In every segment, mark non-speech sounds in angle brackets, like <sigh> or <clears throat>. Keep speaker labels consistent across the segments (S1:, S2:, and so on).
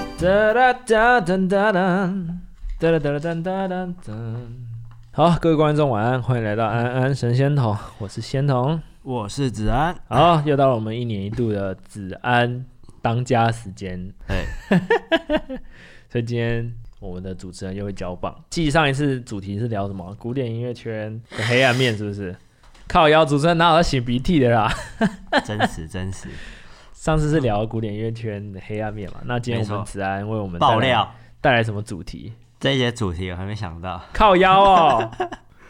S1: 哒哒哒哒哒哒哒哒哒哒哒哒。好，各位观众晚安，欢迎来到安安神仙童，我是仙童。
S2: 我是子
S1: <laughs>
S2: 安，
S1: 好，又到了我们一年一度的子安当家时间，
S2: 哎，
S1: <laughs> 所以今天我们的主持人又会交棒。记上一次主题是聊什么？古典音乐圈的黑暗面是不是？靠腰，主持人哪有在擤鼻涕的啦？
S2: 真实真实，
S1: 上次是聊古典音乐圈的黑暗面嘛，那今天我
S2: 没
S1: 们
S2: 错
S1: 子安为我们带来
S2: 爆料
S1: 带来什么主题？
S2: 这一节主题我还没想到。
S1: 靠腰
S2: <laughs>
S1: 哦，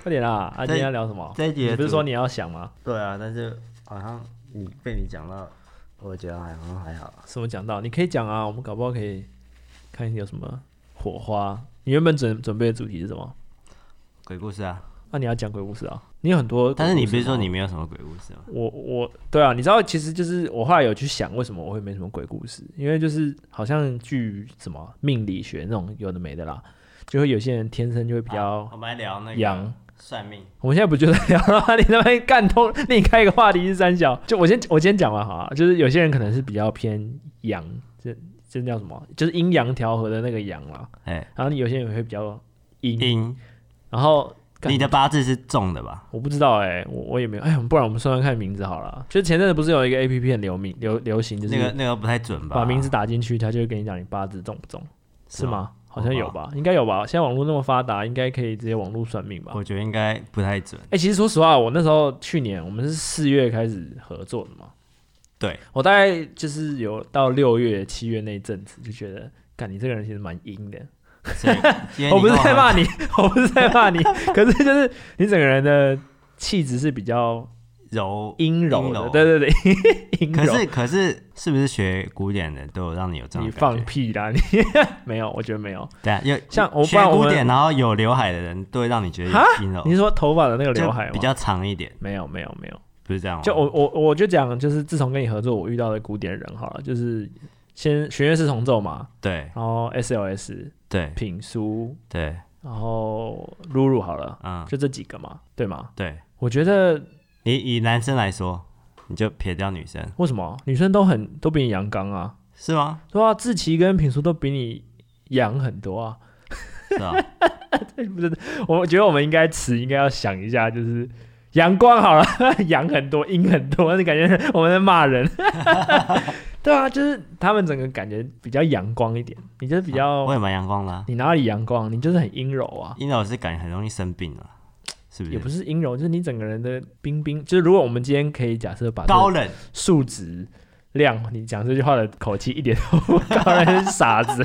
S1: 快点啦！啊，今天要聊什么？
S2: 这一节
S1: 你不是
S2: 主
S1: 说你要想吗？
S2: 对啊，但是好像你被你讲到，我觉得好像还好。
S1: 什么讲到？你可以讲啊，我们搞不好可以看有什么火花。你原本准准备的主题是什么？
S2: 鬼故事啊，
S1: 那、你要讲鬼故事啊？你有很多，
S2: 但是你不是说你？没有什么鬼故事吗？
S1: 啊我我对啊，你知道，其实就是我后来有去想，为什么我会没什么鬼故事？因为就是好像据什么命理学那种有的没的啦，就会有些人天生就会比较
S2: 好我们来聊啊那
S1: 阳
S2: 个算命，
S1: 我们现在不就在聊吗？你那边干通，另开一个话题是三小。 <laughs> 就我先我先讲完好啊，就是有些人可能是比较偏阳，这这叫什么？就是阴阳调和的那个阳啦。
S2: 哎，
S1: 然后你有些人会比较阴，
S2: 阴，
S1: 然后干
S2: 你的八字是重的吧？
S1: 我不知道哎、我我也没有哎，不然我们算算看名字好了。就前阵子不是有一个 A P P 很流名流流行，就
S2: 那个
S1: 是
S2: 那个不太准吧？
S1: 把名字打进去，它就会跟你讲你八字重不重，是
S2: 是吗
S1: 吗？哦好像有吧，应该有吧。现在网络那么发达，应该可以直接网络算命吧？
S2: 我觉得应该不
S1: <laughs>
S2: 太准。
S1: 哎、其实说实话，我那时候去年我们是四月开始合作的嘛，
S2: 对，
S1: 我大概就是有到六月、七月那一阵子，就觉得，干你这个人其实蛮阴的。
S2: 所以今天你
S1: 我不是
S2: 跟
S1: 在骂你，我不是在骂
S2: <laughs>
S1: 你，可是就是你整个人的气质是比较
S2: 柔，
S1: 阴柔
S2: 阴
S1: 的，
S2: 柔
S1: 对对对，阴
S2: 可
S1: 柔。
S2: 是可是是不是学古典的都有让你有这种
S1: 你
S2: 感
S1: 放
S2: 觉？
S1: 屁啦！你 <laughs> 没有，我觉得没有。
S2: 对啊，有
S1: 像我不
S2: 学
S1: 然我
S2: 古
S1: 们
S2: 典，然后有刘海的人都会让你觉得
S1: 哈
S2: 阴柔
S1: 你。是说头发的那个
S2: 就
S1: 刘海吗？
S2: 比较长一点，
S1: 没有，没有，没有。
S2: 不是这样吗？
S1: 就我我我就讲，就是自从跟你合作，我遇到的古典人好了，就是先学院四重奏嘛，
S2: 对
S1: 然后 SLS
S2: 对
S1: 品书，
S2: 对，
S1: 然后露露好了，
S2: 嗯
S1: 就这几个嘛，对吗？
S2: 对，
S1: 我觉得
S2: 你以男生来说，你就撇掉女生
S1: 为什么女生都很都比你阳刚啊？
S2: 是吗？
S1: 对啊，志奇跟品书都比你阳很多啊。<laughs>
S2: 是吧？
S1: 我觉得我们应该词应该要想一下，就是阳光好了， <laughs> 阳很多，阴很多，那感觉我们在骂人。 <laughs> 对啊，就是他们整个感觉比较阳光一点，你就是比较
S2: 我也蛮阳光的啊，
S1: 你哪里阳光，你就是很阴柔啊。
S2: 阴柔是感觉很容易生病啊，是不
S1: 也不
S2: 是？
S1: 是阴柔，就是你整个人的冰冰，就是如果我们今天可以假设把这个
S2: 高冷，
S1: 数值量，你讲这句话的口气一点都不高，人是傻子。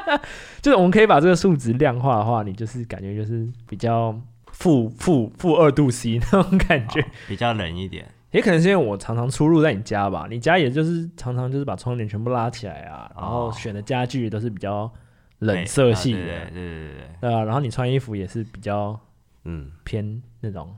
S1: <laughs> 就是我们可以把这个数值量化的话，你就是感觉就是比较负负负二度 C 那种感觉
S2: 好。哦比较冷一点
S1: 也可能是因为我常常出入在你家吧，你家也就是常常就是把窗帘全部拉起来啊，然后
S2: 哦
S1: 选的家具都是比较
S2: 美
S1: 冷色
S2: 啊
S1: 系
S2: 对
S1: 的
S2: 对对，对对对，
S1: 对啊，然后你穿衣服也是比较
S2: 嗯
S1: 偏那种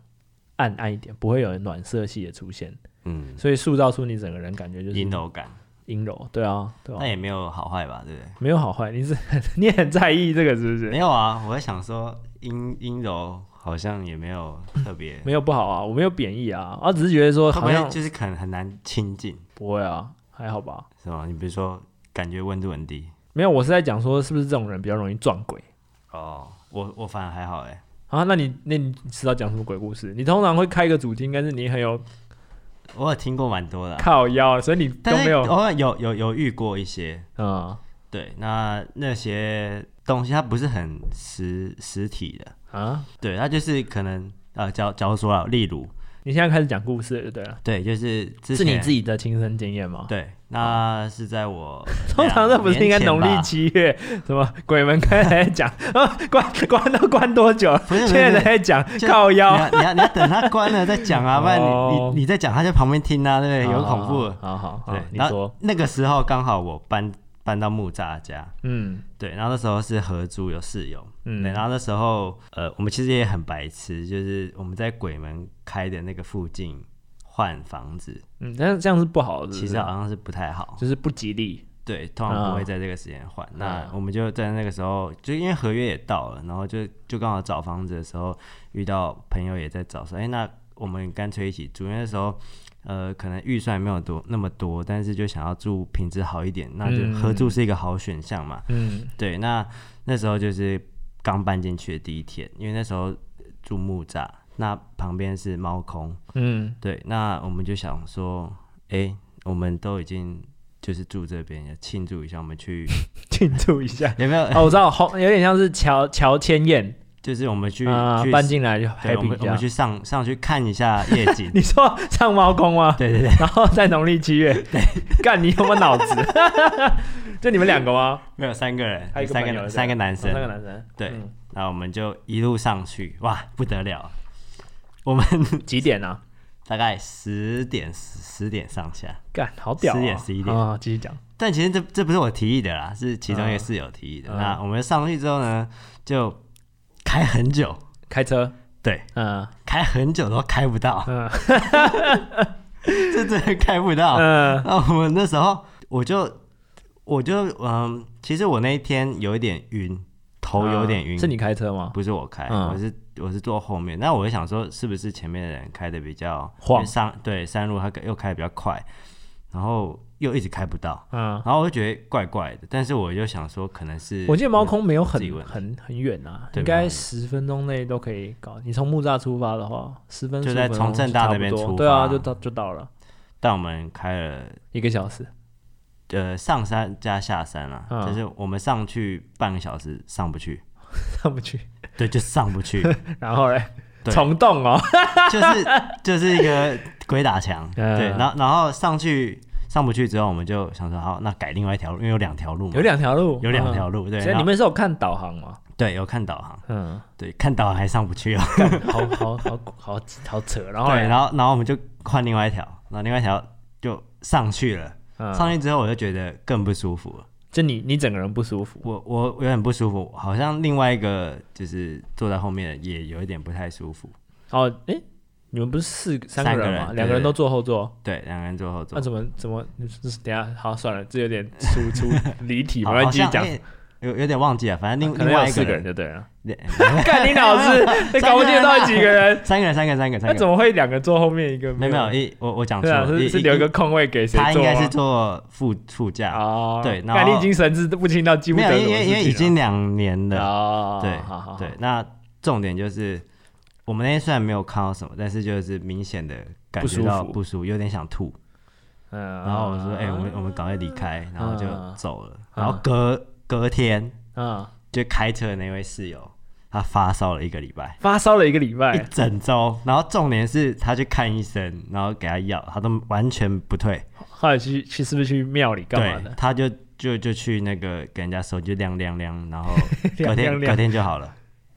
S1: 暗暗一点，不会有暖色系的出现，
S2: 嗯，
S1: 所以塑造出你整个人感觉就是
S2: 阴柔感，
S1: 阴柔，对啊，对啊
S2: 那。也没有好坏吧，对不对？
S1: 没有好坏，你是 <laughs> 你很在意这个是不是？
S2: 没有啊，我在想说阴阴柔好像也没有特别，
S1: 没有不好啊，我没有贬义啊，啊，只是觉得说
S2: 会不
S1: 好像
S2: 会就是可能很难亲近，
S1: 不会啊，还好吧。
S2: 是吗？你比如说感觉温度很低
S1: 没有，我是在讲说是不是这种人比较容易撞鬼
S2: 哦，我我反而还好哎，
S1: 啊？那你那你知道讲什么鬼故事？你通常会开一个主题，应该是你很有
S2: 我有听过蛮多的啊，
S1: 靠腰，所以你都
S2: 但
S1: 没
S2: 是哦
S1: 有
S2: 偶尔有有有遇过一些，
S1: 嗯
S2: 对，那那些东西它不是很实实体的，
S1: 啊？
S2: 对，它就是可能呃，假如假如说啊，例如，
S1: 你现在开始讲故事了就对了，
S2: 对，就是之前
S1: 是你自己的亲身经验吗？哦
S2: 对，那是在我
S1: <laughs> 通常这不是应该农历
S2: 节，
S1: 七月什么鬼门开才讲啊？关关都关多久了？
S2: 不是不是
S1: 现在才讲
S2: 就
S1: 靠
S2: 你
S1: 腰，
S2: 要你要你要等它关了再讲啊，不然
S1: 哦
S2: 你你你再讲，它在旁边听啊，对不对？有恐怖的。
S1: 啊好好好，
S2: 对
S1: 好，你
S2: 然
S1: 说
S2: 后。啊那个时候刚好我搬搬到木栅家，
S1: 嗯
S2: 对，然后那时候是合租有室友，
S1: 嗯
S2: 对，然后那时候呃，我们其实也很白痴，就是我们在鬼门开的那个附近换房子，
S1: 嗯，但是这样是不好的，是不
S2: 其
S1: 是啊
S2: 实好啊像是不太好，
S1: 就是不吉利。
S2: 对，通常不会在这个时间换。那我们就在那个时候，就因为合约也到了，然后就就刚好找房子的时候遇到朋友也在找，说，哎，那我们干脆一起住，因为那时候呃，可能预算没有多那么多，但是就想要住品质好一点，那就
S1: 嗯
S2: 合住是一个好选项嘛。
S1: 嗯
S2: 对，那那时候就是刚搬进去的第一天，因为那时候住木栅，那旁边是猫空，
S1: 嗯
S2: 对，那我们就想说，诶，我们都已经就是住这边，也庆祝一下，我们
S1: <laughs>
S2: 去
S1: 庆祝一下。
S2: 有没有？
S1: <laughs> 哦，我知道，红有点像是乔乔千燕
S2: 就是我们去、
S1: 啊
S2: 去，
S1: 搬进来就
S2: 对，我
S1: happy
S2: 们
S1: 一
S2: 我们
S1: 下。。
S2: 去上上去看一下夜景
S1: <laughs> 你说唱猫空吗？
S2: 对对对，
S1: 然后在农历七月，干你有没有脑
S2: <laughs>
S1: 子？就你们两个吗？
S2: 没有三个人
S1: 还有，一个
S2: 三
S1: 朋友
S2: 个
S1: 对
S2: 三个男生
S1: 哦，三个男生。
S2: 对
S1: 嗯
S2: 那我们就一路上去，哇，不得了！我们
S1: 几点啊？
S2: 大概十点十点上下，
S1: 干，好屌哦！
S2: 10点11点
S1: 啊，继续讲。
S2: 但其实这这不是我提议的啦，是其中一个室友提议的。
S1: 嗯
S2: 那我们上去之后呢，就开很久，
S1: 开车，
S2: 对，
S1: 嗯
S2: 开很久都开不到，
S1: 嗯
S2: 这 <laughs> 真的开不到。
S1: 嗯
S2: 那我们那时候我就我就嗯，其实我那一天有一点晕，头有点晕，
S1: 啊是你开车吗？
S2: 不是我开，
S1: 嗯
S2: 我是我是坐后面。那我就想说，是不是前面的人开的比较
S1: 晃
S2: 因为山对山路他又开的比较快，然后又一直开不到，
S1: 嗯，
S2: 然后我就觉得怪怪的。但是我就想说，可能是
S1: 我记得猫空没有很
S2: 自己问
S1: 很很远啊，
S2: 对
S1: 应该
S2: 没有很远
S1: 十分钟内都可以搞。你从木栅出发的话，十分
S2: 就
S1: 15
S2: 在
S1: 分
S2: 从
S1: 钟
S2: 正
S1: 差
S2: 大那
S1: 不
S2: 边
S1: 多
S2: 出发
S1: 对啊，就到就到了，
S2: 但我们开了
S1: 一个小时。
S2: 呃上山加下山啦、
S1: 嗯
S2: 就是我们上去半个小时上
S1: <laughs>
S2: 不去，
S1: 上不去，
S2: 对，就上不去，
S1: 然后嘞，
S2: 对
S1: 虫洞哦，
S2: <laughs> 就是就是一个鬼打墙，
S1: <laughs> 嗯
S2: 对，然后然后上去上不去之后，我们就想说好，那改另外一条路，因为有两条路嘛
S1: 有，两条路，
S2: 有两条路，对，
S1: 嗯。所以
S2: 然
S1: 你
S2: 后
S1: 们是有看导航吗？
S2: 对有看导航，
S1: 嗯，
S2: 对，看导航还上不去哦，
S1: 干好好好好好扯。然后
S2: 对，
S1: 嘞，
S2: 然后然后我们就换另外一条，然后另外一条就上去了，
S1: 嗯，
S2: 上去之后我就觉得更不舒服了，
S1: 就你你整个人不舒服，
S2: 我我有点不舒服，好像另外一个就是坐在后面的也有一点不太舒服，
S1: 哦，诶，你们不是四个三
S2: 三
S1: 个
S2: 个
S1: 人
S2: 人
S1: 吗？
S2: 对
S1: 两个人
S2: 对
S1: 都坐后座，
S2: 对，两个人坐后座
S1: 那，怎么怎么？等一下好算了，这有点出出离题，
S2: <laughs> 好
S1: 我们
S2: 好
S1: 继续
S2: 像
S1: 讲。
S2: 哎有有点忘记了，反正另
S1: 可
S2: 另
S1: 能有
S2: 外一
S1: 四
S2: 个
S1: 个人
S2: 人。
S1: 就对了。<laughs>
S2: 看
S1: 干你老师，你搞不清楚到底几个人？
S2: 三个人，三个人，三个
S1: 那
S2: 人，三个
S1: 怎
S2: 人。
S1: 么会两个坐后面一个？
S2: 没有没有，，一我我讲错
S1: 对啊，
S2: 了，
S1: 是
S2: 一
S1: 是
S2: 一
S1: 留一个空位给谁
S2: 他应
S1: 坐
S2: 该是
S1: 吗？
S2: 坐副副驾，
S1: 哦，
S2: 对然
S1: 那
S2: 后
S1: 你已经神志不清到记不
S2: 没
S1: 得
S2: 有，
S1: 什么
S2: 因为因为
S1: 事
S2: 已
S1: 情
S2: 经两年
S1: 了
S2: 了。
S1: 哦，
S2: 对
S1: 好好
S2: 对，那重点就是我们那天虽然没有看到什么，但是就是明显的感觉到
S1: 不舒服
S2: 不舒服，有点想吐。
S1: 嗯，
S2: 然后我说：“哎，我们我们赶快离开。”然后就
S1: 嗯
S2: 走了。然后隔隔天
S1: 嗯，
S2: 就开车的那位室友，他发烧了一个礼拜。
S1: 发烧了一个礼
S2: 一
S1: 拜，
S2: 整周，然后重点是他去看医生，然后给他药，他都完全不退。
S1: 后来去去是不是去庙里干嘛
S2: 对
S1: 的？
S2: 他就就就去那个给人家收，就亮亮亮，然后
S1: 亮 <laughs>
S2: 隔
S1: 亮
S2: 天
S1: 亮
S2: 隔天就好了。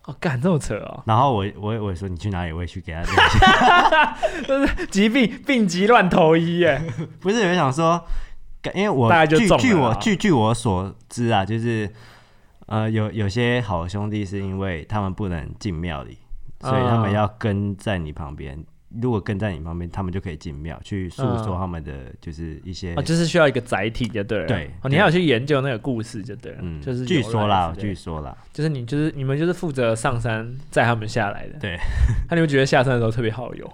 S1: 哦，干这么扯哦，
S2: 然后我我我也说你去哪里，我也去给他量。
S1: <laughs> 疾病病急乱投医耶，
S2: 不是，我想说，感因为我
S1: 大概就
S2: 据
S1: 中了
S2: 据我
S1: 啦
S2: 据据我所知啊，就是呃有有些好兄弟是因为他们不能进庙里，所以他
S1: 嗯
S2: 们要跟在你旁边。如果跟在你旁边，他们就可以进庙去诉说他们的就是一些
S1: 嗯哦，就是需要一个载体就对了。
S2: 对
S1: 哦，你还有去研究那个故事就对了，
S2: 嗯，
S1: 就是
S2: 据
S1: 由
S2: 说啦
S1: 来，之类
S2: 据
S1: 的
S2: 说啦，
S1: 就是你就是你们就是负责上山载他们下来的。
S2: 对，
S1: 那你们觉得下山的时候特别好游，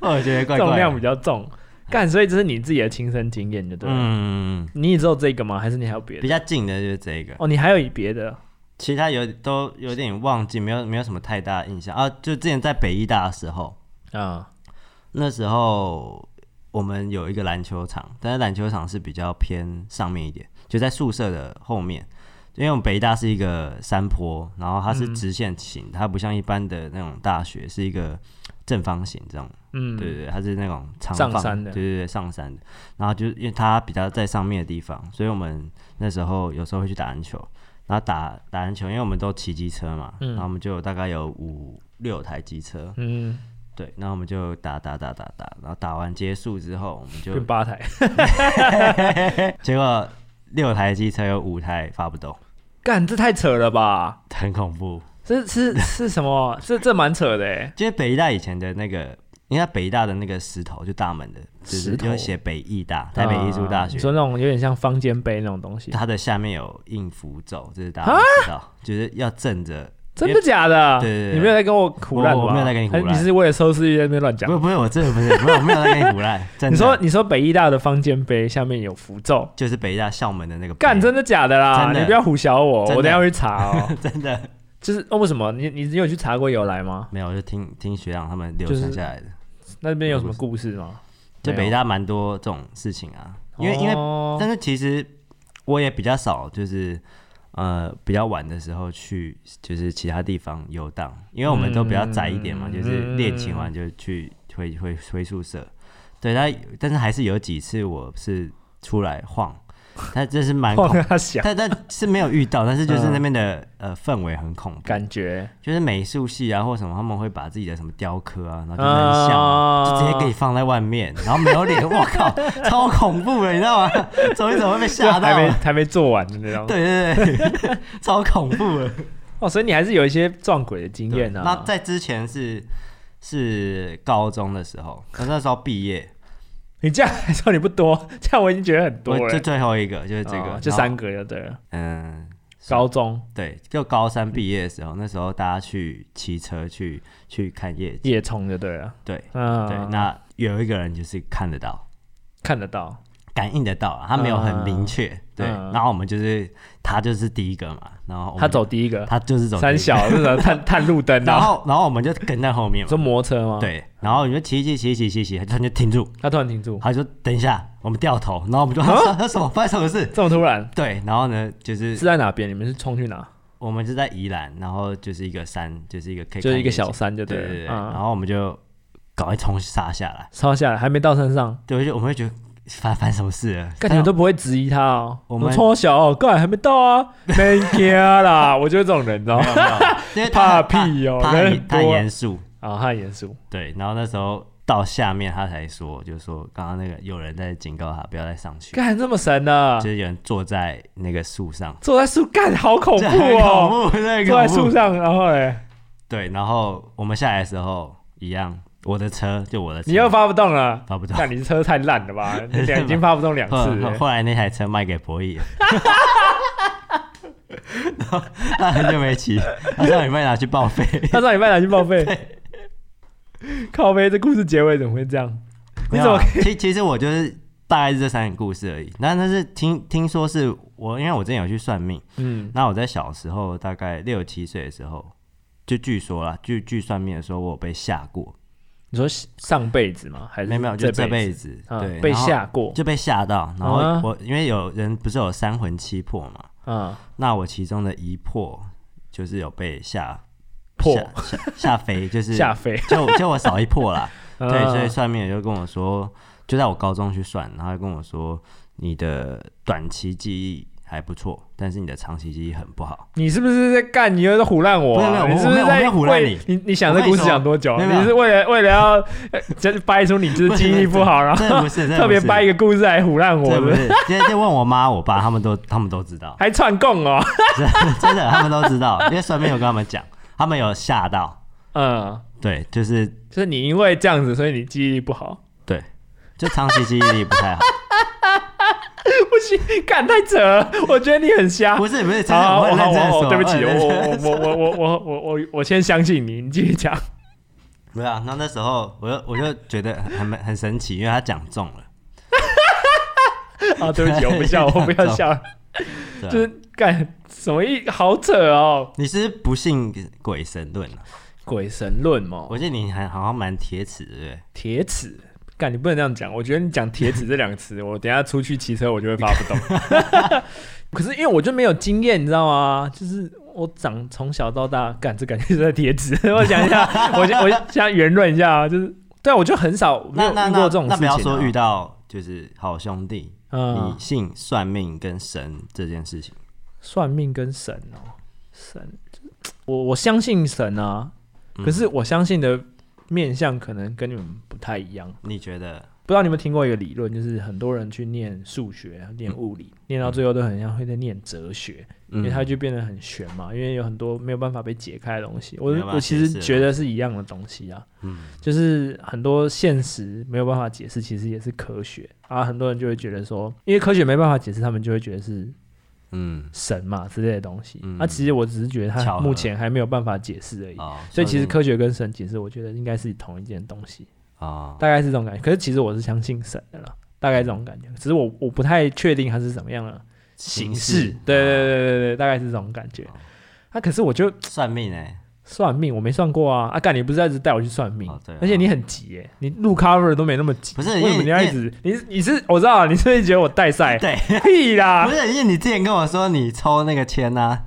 S2: 我觉 <laughs> 得怪
S1: 重
S2: 怪
S1: 量
S2: 的。
S1: 比较重，干，所以这是你自己的亲身经验就对了。
S2: 嗯，
S1: 你也只有这个吗？还是你还有别
S2: 比
S1: 的？
S2: 较近的就是这个。
S1: 哦，你还有别的？
S2: 其他有都有点忘记，没有没有什么太大的印象啊。就之前在北医大的时候，
S1: 啊、
S2: 那时候我们有一个篮球场，但是篮球场是比较偏上面一点，就在宿舍的后面。因为我们北医大是一个山坡，然后它是直线型，它不像一般的那种大学是一个正方形这种，
S1: 嗯，
S2: 对对对，它是那种长
S1: 上
S2: 方
S1: 山的
S2: 对对对，上山的。然后就是因为它比较在上面的地方，所以我们那时候有时候会去打篮球。然后打打篮球，因为我们都骑机车嘛，然后我们就有大概有五六台机车，
S1: 嗯，
S2: 对，然后我们就打打打打打，然后打完结束之后，我们就
S1: 变八台，
S2: 结果六台机车有五台发不动，
S1: 干，这太扯了吧？
S2: 很恐怖。
S1: 这是是什么？这这蛮扯的哎。
S2: 就是北医大以前的那个，应该北医大的那个石头，就大门的，就是
S1: 石头
S2: 有写北医大，台北艺术大
S1: 啊
S2: 学
S1: 你，说那种有点像方尖碑那种东西，啊
S2: 它的下面有印符咒，这是大家都知道，就是要正着
S1: 真的假的？
S2: 对对对
S1: 你没有在跟我苦烂吧？
S2: 我我没有在跟你胡
S1: 还
S2: 乱
S1: 是你是为了收视率在那边乱讲
S2: 不。是不是，我真的不是，不是我没有在跟你
S1: <laughs>
S2: 胡乱。真的
S1: 你说你说北医大的方尖碑下面有符咒，
S2: 就是北大校门的那个
S1: 干
S2: 碑
S1: 真的假的啦？
S2: 真的
S1: 你不要胡想我，
S2: 真的
S1: 我等一下会去查
S2: <laughs>
S1: 哦。
S2: 真的
S1: 就是哦，为什么你你你有去查过由来吗？
S2: 没有，我就听听学长他们流
S1: 就
S2: 传
S1: 是
S2: 下来的。
S1: 那边有什么故事吗？
S2: 就
S1: 没
S2: 北
S1: 有
S2: 大蛮多这种事情啊，因为因为
S1: 哦
S2: 但是其实我也比较少，就是呃比较晚的时候去，就是其他地方游荡，因为我们都比较宅一点嘛，
S1: 嗯
S2: 就是练琴完就去回回回宿舍。对，但但是还是有几次我是出来晃， <laughs> 但这是蛮
S1: <laughs>
S2: 恐
S1: 晃，他想
S2: 但但是没有遇到，但是就是
S1: 嗯
S2: 那边的、呃氛围很恐怖，
S1: 感觉
S2: 就是美术系啊或什么，他们会把自己的什么雕刻啊，然后就很像啊，
S1: 啊
S2: 就直接给你放在外面，
S1: 呃
S2: 然后没有脸，我
S1: <laughs>
S2: 靠，超恐怖的，你知道吗？ <laughs> 走一走会被吓
S1: 还
S2: 到，
S1: 没还没做完的那种。
S2: 对对对， <laughs> 超恐怖的。
S1: 哦，所以你还是有一些撞鬼的经
S2: 对
S1: 验
S2: 那
S1: 啊。
S2: 在之前是是高中的时候，我那时候毕业，
S1: 你这样还说你不多， <laughs> 这样我已经觉得很多
S2: 我
S1: 了
S2: 就。最后一个就是这个
S1: 哦，就
S2: 然后
S1: 三个就对了。
S2: 嗯。
S1: 高中
S2: 对，就高三毕业的时候，那时候大家去骑车去去看夜景，
S1: 夜冲就对了。
S2: 对
S1: 嗯，
S2: 对，那有一个人就是看得到，
S1: 看得到，
S2: 感应得到啊，他没有很
S1: 嗯
S2: 明确，对。
S1: 嗯
S2: 然后我们就是他就是第一个嘛，然后我们
S1: 他走第一个，
S2: 他就是走第
S1: 三
S2: 一个，
S1: 小那种探探路灯
S2: <laughs> 然
S1: 啊，
S2: 后然后我们就跟在后面
S1: 你
S2: 嘛，
S1: 说摩托车吗？，
S2: 对。然后你就骑骑骑骑骑骑，他突然就停住，
S1: 他突然停住，
S2: 他就说等一下，我们掉头，然后我们就他
S1: 啊
S2: <laughs> 什么发生什么事？
S1: 这么突然
S2: 对，然后呢，就是
S1: 是在哪边？你们是冲去哪？
S2: 我们是在宜兰，然后就是一个山，就是一个可以
S1: 就是
S2: 看
S1: 一个
S2: 夜景
S1: 小山就
S2: 对对
S1: 对
S2: 对，
S1: 了，
S2: 然
S1: 啊，
S2: 后我们就赶快冲杀下来，
S1: 烧下来还没到山上，
S2: 对，我就我们会觉得发发生什么事了，
S1: 干你们都不会质疑他哦。
S2: 我们
S1: 从小哦干还没到啊，没家
S2: <laughs>
S1: 啦，我就是这种人，你知道吗？
S2: 嗯因为他
S1: 怕屁哦
S2: 他
S1: 人
S2: 很
S1: 很
S2: 他很
S1: 多
S2: 严肃，
S1: 啊，他很严肃，
S2: 对，然后那时候到下面他才说，就是说刚刚那个有人在警告他不要再上去，
S1: 干这么神呢
S2: 就？是有人坐在那个树上，
S1: 坐在树干好恐
S2: 这
S1: 怖
S2: 很
S1: 哦，
S2: 恐怖，这很
S1: 坐在
S2: 恐
S1: 树
S2: 怖。
S1: 上，然后哎嘞，
S2: 对，然后我们下来的时候一样，我的车就我的车，
S1: 你又发不动
S2: <laughs>
S1: 了。
S2: 发不动。
S1: 那你车太烂了
S2: <laughs>
S1: 吧？你俩已经发不动两次欸
S2: 后后 <laughs>
S1: 了。
S2: 后来那台车卖给博弈，然后他很久没骑，他上礼拜拿去报
S1: <laughs>
S2: 废。
S1: 他上礼拜拿去报废。靠背，这故事结尾怎么会这样？你
S2: 没
S1: 怎
S2: 有
S1: 么
S2: 啊？其其实我就是大概是这三个故事而已。那但是听听说是我，因为我之前有去算命，
S1: 嗯
S2: 那我在小时候大概六七岁的时候，就据说啦，据据算命的时候，我有被吓过，
S1: 你说上辈子吗？还是
S2: 没有没有，就这
S1: 这
S2: 辈
S1: 子？
S2: 子
S1: 啊
S2: 对
S1: 被
S2: 然后
S1: 吓过
S2: 就被吓到，然后
S1: 啊
S2: 我因为有人不是有三魂七魄嘛，
S1: 啊，
S2: 那我其中的一魄就是有被吓
S1: 破
S2: 吓吓吓飞，就
S1: <laughs>
S2: 是
S1: 吓飞。
S2: 就就我少一魄啦，对，
S1: <laughs> 啊
S2: 所以算命也就跟我说，就在我高中去算，然后他跟我说你的短期记忆还不错，但是你的长期记忆很
S1: <laughs>
S2: 不好。
S1: 你是不是在干？你又在胡乱我
S2: 没有
S1: 啊？
S2: 没有
S1: 你是不
S2: 我没
S1: 是
S2: 有我没
S1: 在
S2: 有唬烂
S1: 为
S2: 你
S1: 你？你想
S2: 我
S1: 这
S2: 跟你
S1: 故事
S2: 说
S1: 想多久？啊
S2: 没有没有
S1: 你是为了为了要呃就是掰出你就是记忆不好，然后
S2: 真的不是，真的
S1: 特别
S2: 不是
S1: 掰一个故事来胡乱我
S2: 这不
S1: 的，
S2: 是，今天就问我妈、我爸，他们都他们都知道，
S1: 还串供哦。
S2: 真的 <laughs> 真的他们都知道，因为算命有跟他们讲，他们有吓到，
S1: 嗯，
S2: 对，就是
S1: 就是你因为这样子，所以你记忆力不好。
S2: 对，就长期记忆力不
S1: <laughs>
S2: 太好，
S1: 不行，干太扯了，我觉得你很瞎。
S2: 不是不是，真的
S1: 好，
S2: 我
S1: 我
S2: 很
S1: 好，
S2: 认真地
S1: 我好，
S2: 说，
S1: 对不起，哦我
S2: 很认真地
S1: 我我我我我我我我先相信你，你继续讲。
S2: <laughs> 没有啊，那那时候我就我就觉得很很很神奇，因为他讲中了，
S1: <laughs> 啊，对不起，我不笑，我
S2: <laughs>
S1: 不要笑了，
S2: 对啊
S1: 就是干什么意，好扯哦，
S2: 你是不是不信鬼神论啊？
S1: 鬼神论嘛，
S2: 我记得你还好像蛮铁齿的，对不对？
S1: 铁齿。干，你不能这样讲。我觉得你讲“铁齿”这两个词，我等一下出去骑车我就会发不动。 <laughs> 可是因为我就没有经验，你知道吗？就是我长从小到大，干这感觉是在铁齿。 <laughs> 我想一下，我先我先先圆润一下啊，就是对啊，我就很少没
S2: 那
S1: 有
S2: 那
S1: 遇
S2: 那
S1: 过这种
S2: 那
S1: 事
S2: 不
S1: 情、啊。
S2: 要说遇到就是好兄弟，
S1: 嗯
S2: 你，信算命跟神这件事情，
S1: 算命跟神哦，神，我我相信神啊，
S2: 嗯
S1: 可是我相信的面相可能跟你们不太一样。
S2: 你觉得？
S1: 不知道你们有没有听过一个理论，就是很多人去念数学、念物理，念到最后都很像会在念哲学，因
S2: 嗯
S1: 为它就变得很玄嘛，因为有很多没有办法被解开的东西。我
S2: 没有办法
S1: 我其实
S2: 解释的
S1: 觉得是一样的东西啊，
S2: 嗯
S1: 就是很多现实没有办法解释，其实也是科学啊。很多人就会觉得说，因为科学没办法解释，他们就会觉得是
S2: 嗯，
S1: 神嘛之类的东西。那、啊
S2: 嗯
S1: 其实我只是觉得
S2: 巧
S1: 它
S2: 合
S1: 目前还没有办法解释而已。
S2: 哦，
S1: 所以其实
S2: 你
S1: 科学跟神解释，我觉得应该是同一件东西，
S2: 哦，
S1: 大概是这种感觉。可是其实我是相信神的啦，大概这种感觉。只是我我不太确定它是怎么样的形式。对对对对对，大概是这种感觉
S2: 哦。
S1: 啊，可是我就
S2: 对，算命哎，
S1: 算命，我没算过啊！啊，干，你不是要一直带我去算命？
S2: 哦对啊
S1: 而且你很急耶、你录 cover 都没那么急，
S2: 不是因为
S1: 为什么你要一直？你你是我知道你是不是觉得我带赛？
S2: <laughs> 对，
S1: 屁啦
S2: 不！是因为你之前跟我说你抽那个签呐，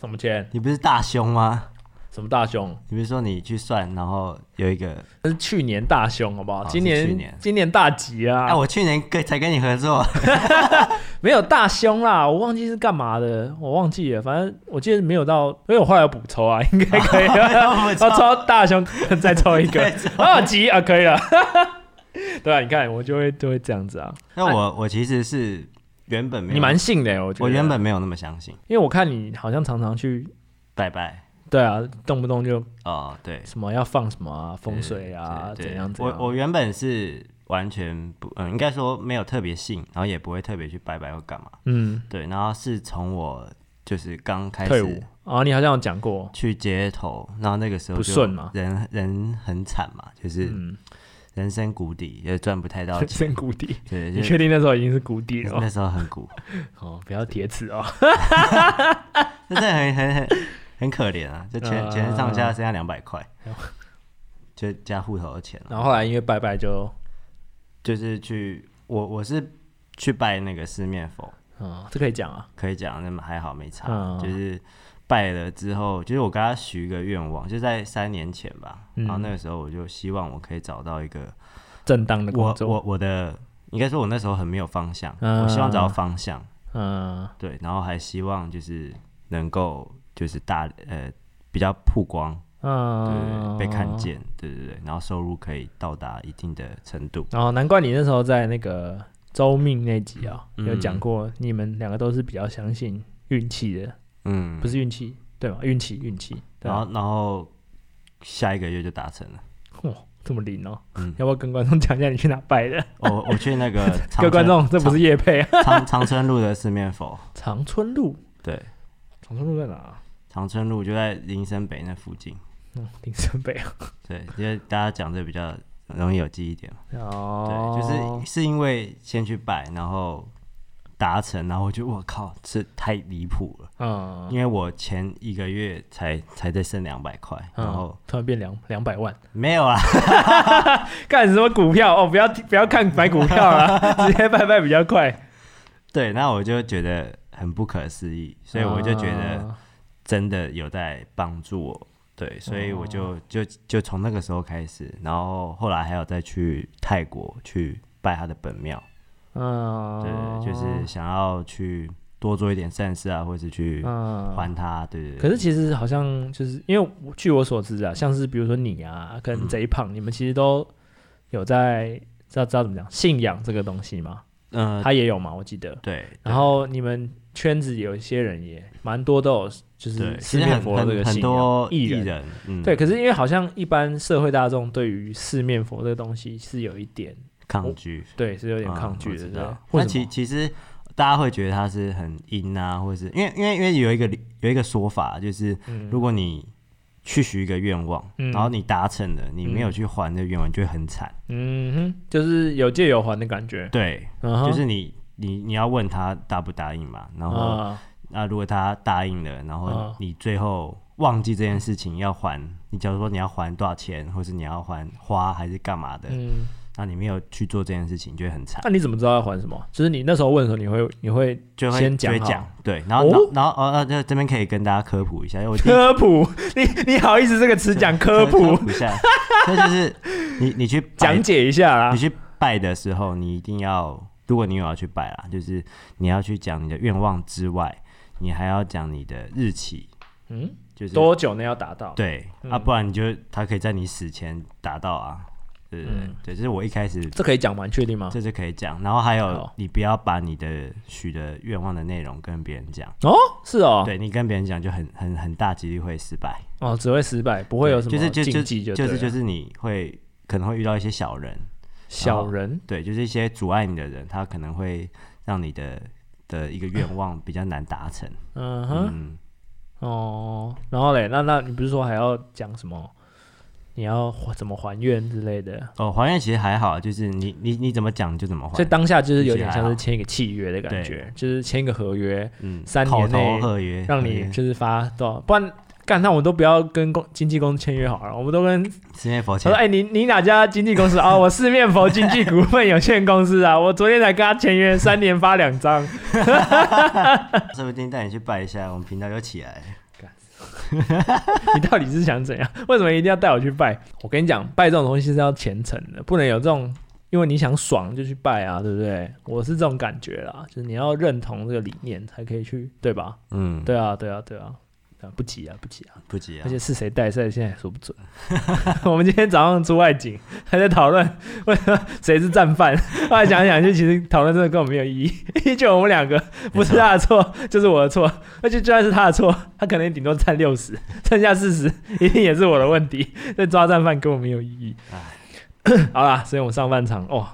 S1: 什么签？
S2: 你不是大凶吗？
S1: 什么大凶？
S2: 你不是说你去算，然后有一个，
S1: 那是去年大凶，好不好？
S2: 哦
S1: 今
S2: 是
S1: 年
S2: 去年
S1: 今年大吉啊！
S2: 哎，我去年跟才跟你合
S1: <laughs>
S2: 作，
S1: 没有大凶啦，我忘记是干嘛的，我忘记了。反正我记得没有到，因为我后来有补抽啊，应该可以。
S2: <laughs> 我
S1: 要抽大凶，再抽一
S2: <laughs>
S1: 个
S2: 对，
S1: 啊急啊，可以
S2: <laughs>
S1: 了。对啊，你看我就会就会这样子啊。
S2: 那我我其实是原本没有，
S1: 你蛮信的耶、我觉得。
S2: 我原本没有那么相信，
S1: 因为我看你好像常常去，
S2: 拜拜
S1: 对啊，动不动就
S2: 哦，对，
S1: 什么要放什么啊，风水啊，
S2: 嗯对对
S1: 怎样怎样。
S2: 我我原本是完全不，嗯，应该说没有特别信，然后也不会特别去拜拜或干嘛，
S1: 嗯，
S2: 对，然后是从我就是刚开
S1: 退伍
S2: 始
S1: 啊，你好像有讲过，
S2: 去街头，然后那个时候
S1: 不
S2: 就
S1: 顺嘛
S2: 人人很惨嘛，就是
S1: 嗯，
S2: 人生谷底，也赚不太
S1: <laughs>
S2: 到
S1: 人
S2: 钱，
S1: 生谷底，
S2: 对，
S1: 你
S2: 就
S1: 确定那时候已经是谷底了
S2: 那
S1: 吗？
S2: 时候很谷， <laughs>
S1: 哦，不要铁齿哦， <laughs>
S2: 那真的很很很很可
S1: <laughs>
S2: 怜啊，就全
S1: 啊
S2: 全上下剩下两百块，就加户头的钱了，
S1: 然后后来因为拜拜就，
S2: 就是去我我是去拜那个四面佛，
S1: 嗯，这可以讲啊，
S2: 可以讲，那么还好没差。
S1: 嗯
S2: 就是拜了之后，就是我跟他许一个愿望，就在三年前吧。
S1: 嗯
S2: 然后那个时候我就希望我可以找到一个
S1: 正当的工
S2: 我
S1: 作，
S2: 我我的，应该说我那时候很没有方向，
S1: 嗯
S2: 我希望找到方向，
S1: 嗯
S2: 对，然后还希望就是能够就是大呃比较曝光，对
S1: 嗯，
S2: 对对，被看。见，对对对，然后收入可以到达一定的程度。
S1: 哦，难怪你那时候在那个周命那集啊、
S2: 嗯
S1: 有讲过，你们两个都是比较相信运气的，
S2: 嗯
S1: 不，是运气对吧？运气运气，对
S2: 然
S1: 啊
S2: 后然后下一个月就达成了。
S1: 哇，这么灵哦！
S2: 嗯
S1: 要不要跟观众讲一下你去哪拜的？
S2: 我我去
S1: <laughs>
S2: 那个
S1: 各
S2: 长
S1: 位观
S2: 春
S1: 众，这不是叶配啊。
S2: 长长春路的四面佛，
S1: 长春路，
S2: 对，
S1: 长春路在哪啊？
S2: 长春路就在林森北那附近。
S1: 嗯，林森北啊。
S2: 对，因为大家讲这比较容易有记忆点嘛。
S1: 哦，
S2: 对，就是是因为先去拜，然后达成，然后我就我靠，这太离谱了。
S1: 嗯
S2: 因为我前一个月才才在剩两百块，然
S1: 嗯
S2: 后，
S1: 突然变两两百万，
S2: 没有啊，
S1: 干什么股票？哦，不要不要看买股票了，直接拜拜比较快。
S2: 对，那我就觉得很不可思议，所以我就觉得
S1: 啊
S2: 真的有在帮助我。对，所以我就
S1: 哦
S2: 就就从那个时候开始，然后后来还有再去泰国去拜他的本庙，
S1: 嗯，
S2: 对，就是想要去多做一点善事啊，或是去
S1: 嗯
S2: 还他，对对对。
S1: 可是其实好像就是因为我据我所知啊，像是比如说你啊跟
S2: 嗯
S1: 贼胖，你们其实都有在知道知道怎么讲信仰这个东西嘛，
S2: 嗯、
S1: 他也有嘛，我记得。
S2: 对，
S1: 然后你们圈子有一些人也蛮多都有，就
S2: 对，
S1: 是
S2: 其
S1: 四
S2: 实
S1: 面
S2: 很
S1: 佛这个
S2: 很很
S1: 信仰
S2: 多
S1: 艺
S2: 人，
S1: 人。
S2: 嗯，
S1: 对，，可是因为好像一般社会大众对于四面佛这个东西是有一点，
S2: 抗拒，
S1: 对，是有点
S2: 嗯
S1: 抗拒
S2: 我
S1: 的，
S2: 知
S1: 对不对
S2: 道。
S1: 为
S2: 那
S1: 什
S2: 其
S1: 么？
S2: 其实大家会觉得他是很阴啊，或者是因为因为因为有一个有一个说法，就是如果你去许一个愿望，
S1: 嗯
S2: 然后你达成了，你没有
S1: 嗯
S2: 去还这个愿望，你就会很惨。
S1: 嗯哼，就是有借有还的感觉，
S2: 对，
S1: 嗯哼，
S2: 就是你你你要问他答不答应嘛，然后
S1: 啊，
S2: 那如果他答应了，然后
S1: 嗯
S2: 你最后忘记这件事情要还，你假如说你要还多少钱，或是你要还花还是干嘛的，
S1: 嗯。
S2: 那你没有去做这件事情，就会很惨，
S1: 那你怎么知道要还什么？就是你那时候问的时候，你会你会
S2: 就会
S1: 先
S2: 就会
S1: 讲好
S2: 讲对，然后
S1: 哦
S2: 然后然后哦，那这这边可以跟大家科普一下，因为我第
S1: <laughs>
S2: 一
S1: 科普？你你好意思这个词讲科
S2: 科
S1: 普？
S2: 普一下，这 <laughs> 就是你你去拜
S1: <laughs> 讲解一下啊啦。
S2: 你去拜的时候，你一定要，如果你有要去拜啦，就是你要去讲你的愿望之外，你还要讲你的日期，
S1: 嗯，
S2: 就是
S1: 多久内要达到？
S2: 对、啊，
S1: 嗯
S2: 不然你就他可以在你死前达到啊，对对对，
S1: 嗯
S2: 对这是我一开始
S1: 这可以讲吗？你确定吗？
S2: 这就可以讲，然后还有
S1: 好
S2: 你不要把你的许的愿望的内容跟别人讲，
S1: 哦，是哦，
S2: 对你跟别人讲就很很很大几率会失败，
S1: 哦，只会失败，不会有什
S2: 对
S1: 么
S2: 就是就
S1: 禁忌
S2: 就
S1: 对
S2: 就
S1: 了
S2: 是就是你会可能会遇到一些小人，
S1: 小人
S2: 对，就是一些阻碍你的人，他可能会让你的的一个愿望比较难达成。
S1: 嗯哼，
S2: 嗯，
S1: 哦，然后嘞，那那你不是说还要讲什么？你要还怎么还愿之类的？
S2: 哦，还愿其实还好，就是你你你怎么讲就怎么
S1: 所以
S2: 还。
S1: 当下就是有
S2: 其实
S1: 点
S2: 还
S1: 像
S2: 好
S1: 是签一个契约的感
S2: 对
S1: 觉，就是签一个合约，
S2: 嗯，
S1: 三
S2: 口
S1: 年内
S2: 头合约，
S1: 让
S2: 合
S1: 你
S2: 约
S1: 就是发多少，不然干那我们都不要跟公经纪公司签约好了，我们都跟
S2: 十面佛
S1: 他
S2: 前
S1: 说：“哎、你你哪家经纪公司啊、我四面佛经纪股份有限公司啊，我昨天才跟他签约，三年发两
S2: <laughs>
S1: 张。
S2: 说不定带你去拜一下，我们频道就起来了。
S1: 你到底是想怎样？为什么一定要带我去拜？我跟你讲，拜这种东西是要虔诚的，不能有这种，因为你想爽就去拜啊，对不对？我是这种感觉啦，就是你要认同这个理念才可以去，对吧？
S2: 嗯，
S1: 对啊，对啊，对啊，对啊不急啊，不急啊。
S2: 不急啊
S1: 而。且是谁带赛，现在也说不准。 <laughs> 我们今天早上出外景，还在讨论为什么谁是战犯。 <laughs> 后来想一想，就其实讨论真的根本没有意义， <laughs> 依旧我们两个不是他的错，就是我的错。而且就算是他的错，他可能顶多占六十， <laughs> 剩下四十一定也是我的问题。这抓战犯根本没有意义。 <coughs> 好啦，所以我们上半场哦，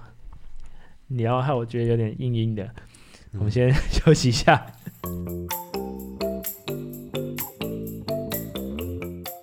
S1: 你要害我觉得有点硬硬的，我们先休息一下。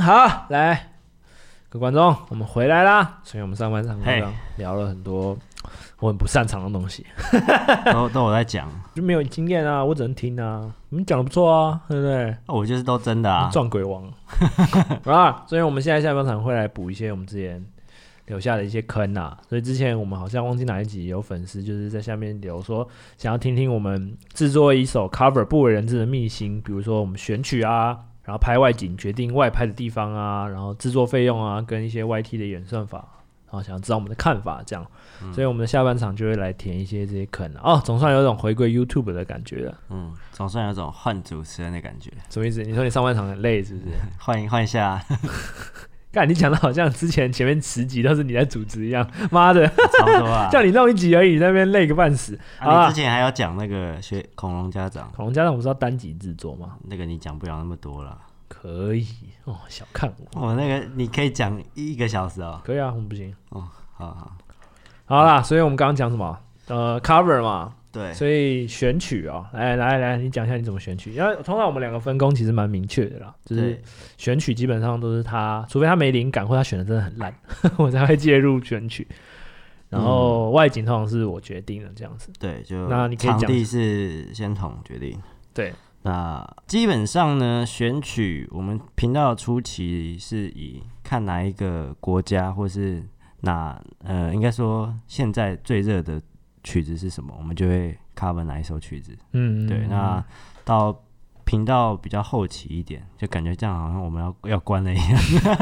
S1: 好，来，各位观众，我们回来啦。所以我们上半场刚刚
S2: 嘿
S1: 聊了很多我很不擅长的东西，
S2: <laughs> 都都我在讲，
S1: 就没有经验啊，我只能听啊。你们讲的不错啊，对不对？
S2: 哦我就是都真的啊。
S1: 撞鬼王啊！所以我们现在下半场会来补一些我们之前留下的一些坑啊。所以之前我们好像忘记哪一集有粉丝就是在下面留说，想要听听我们制作一首 cover 不为人知的秘辛，比如说我们选曲啊，然后拍外景决定外拍的地方啊，然后制作费用啊，跟一些 YT 的演算法，然后想要知道我们的看法这样。所以我们的下半场就会来填一些这些坑啊、哦，总算有种回归 YouTube 的感觉了。
S2: 嗯，总算有种换主持人的感觉，
S1: 什么意思？你说你上半场很累是不 <laughs> 是？
S2: 换一换一下， <laughs>
S1: 干，你讲的好像之前前面十集都是你在主持一样， <laughs> 妈的，
S2: 差不多啊。
S1: 叫你弄一集而已，在那边累个半死。好
S2: 啊，
S1: 啦
S2: 你之前还要讲那个学恐龙家长，
S1: 恐龙家长不是要单集制作吗？
S2: 那个你讲不了那么多了。
S1: 可以哦，小看我，
S2: 我那个你可以讲一个小时哦。
S1: 可以啊，我们不行。
S2: 哦，好好，
S1: 好啦，所以我们刚刚讲什么？呃，cover 嘛，
S2: 对，
S1: 所以选曲哦，来来来，你讲一下你怎么选曲，因为通常我们两个分工其实蛮明确的啦，就是
S2: 对
S1: 选曲基本上都是他，除非他没灵感或他选的真的很烂， <laughs> 我才会介入选曲。然后
S2: 嗯
S1: 外景通常是我决定的这样子，
S2: 对，就
S1: 那你可以
S2: 场
S1: 讲
S2: 地是先统决定。
S1: 对，
S2: 那基本上呢，选曲我们频道的初期是以看哪一个国家或是哪呃，应该说现在最热的曲子是什么，我们就会 cover 哪一首曲子。
S1: 嗯，
S2: 对，那到频道比较后期一点，就感觉这样好像我们要要关了一样。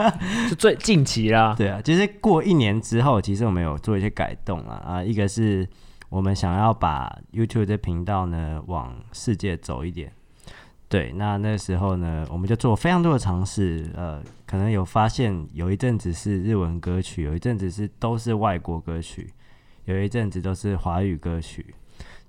S1: 就最近期啦，
S2: 对啊，就是过一年之后，其实我们有做一些改动啦。啊，一个是我们想要把 YouTube 这频道呢往世界走一点。对，那那时候呢，我们就做非常多的尝试，呃，可能有发现有一阵子是日文歌曲，有一阵子是都是外国歌曲，有一阵子都是华语歌曲。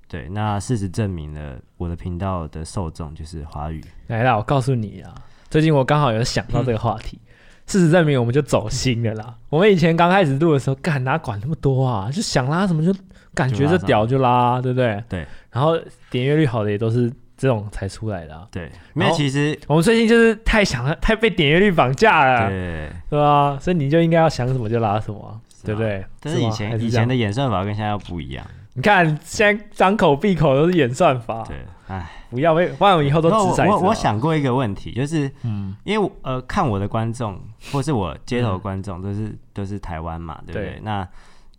S2: 对，那事实证明了我的频道的受众就是华语。
S1: 来啦，我告诉你啊，最近我刚好有想到这个话
S2: 嗯
S1: 题。事实证明，我们就走心了啦。我们以前刚开始录的时候，干哪管那么多啊，就想拉什么就感觉这屌就拉，对不对？
S2: 对。
S1: 然后点阅率好的也都是这种才出来的、啊。
S2: 对，没
S1: 然
S2: 有，
S1: 后
S2: 其实
S1: 我们最近就是太想了，太被点阅率绑架了，
S2: 对，
S1: 对吧？所以你就应该要想什么就拉什么啊，
S2: 是
S1: 对不
S2: 吗
S1: 对？
S2: 但是
S1: 吗
S2: 以
S1: 还
S2: 前
S1: 是
S2: 以
S1: 这样
S2: 前的演算法跟现在不一样。
S1: 你看，现在张口闭口都是演算法，
S2: 对，哎，
S1: 不要被，不然我以后都
S2: 那
S1: 掷
S2: 我
S1: 骰子啊
S2: 我我
S1: 了
S2: 想过一个问题，就是
S1: 嗯，
S2: 因为我呃，看我的观众或是我街头观众都是都是台湾嘛，对不对
S1: 嗯对？
S2: 那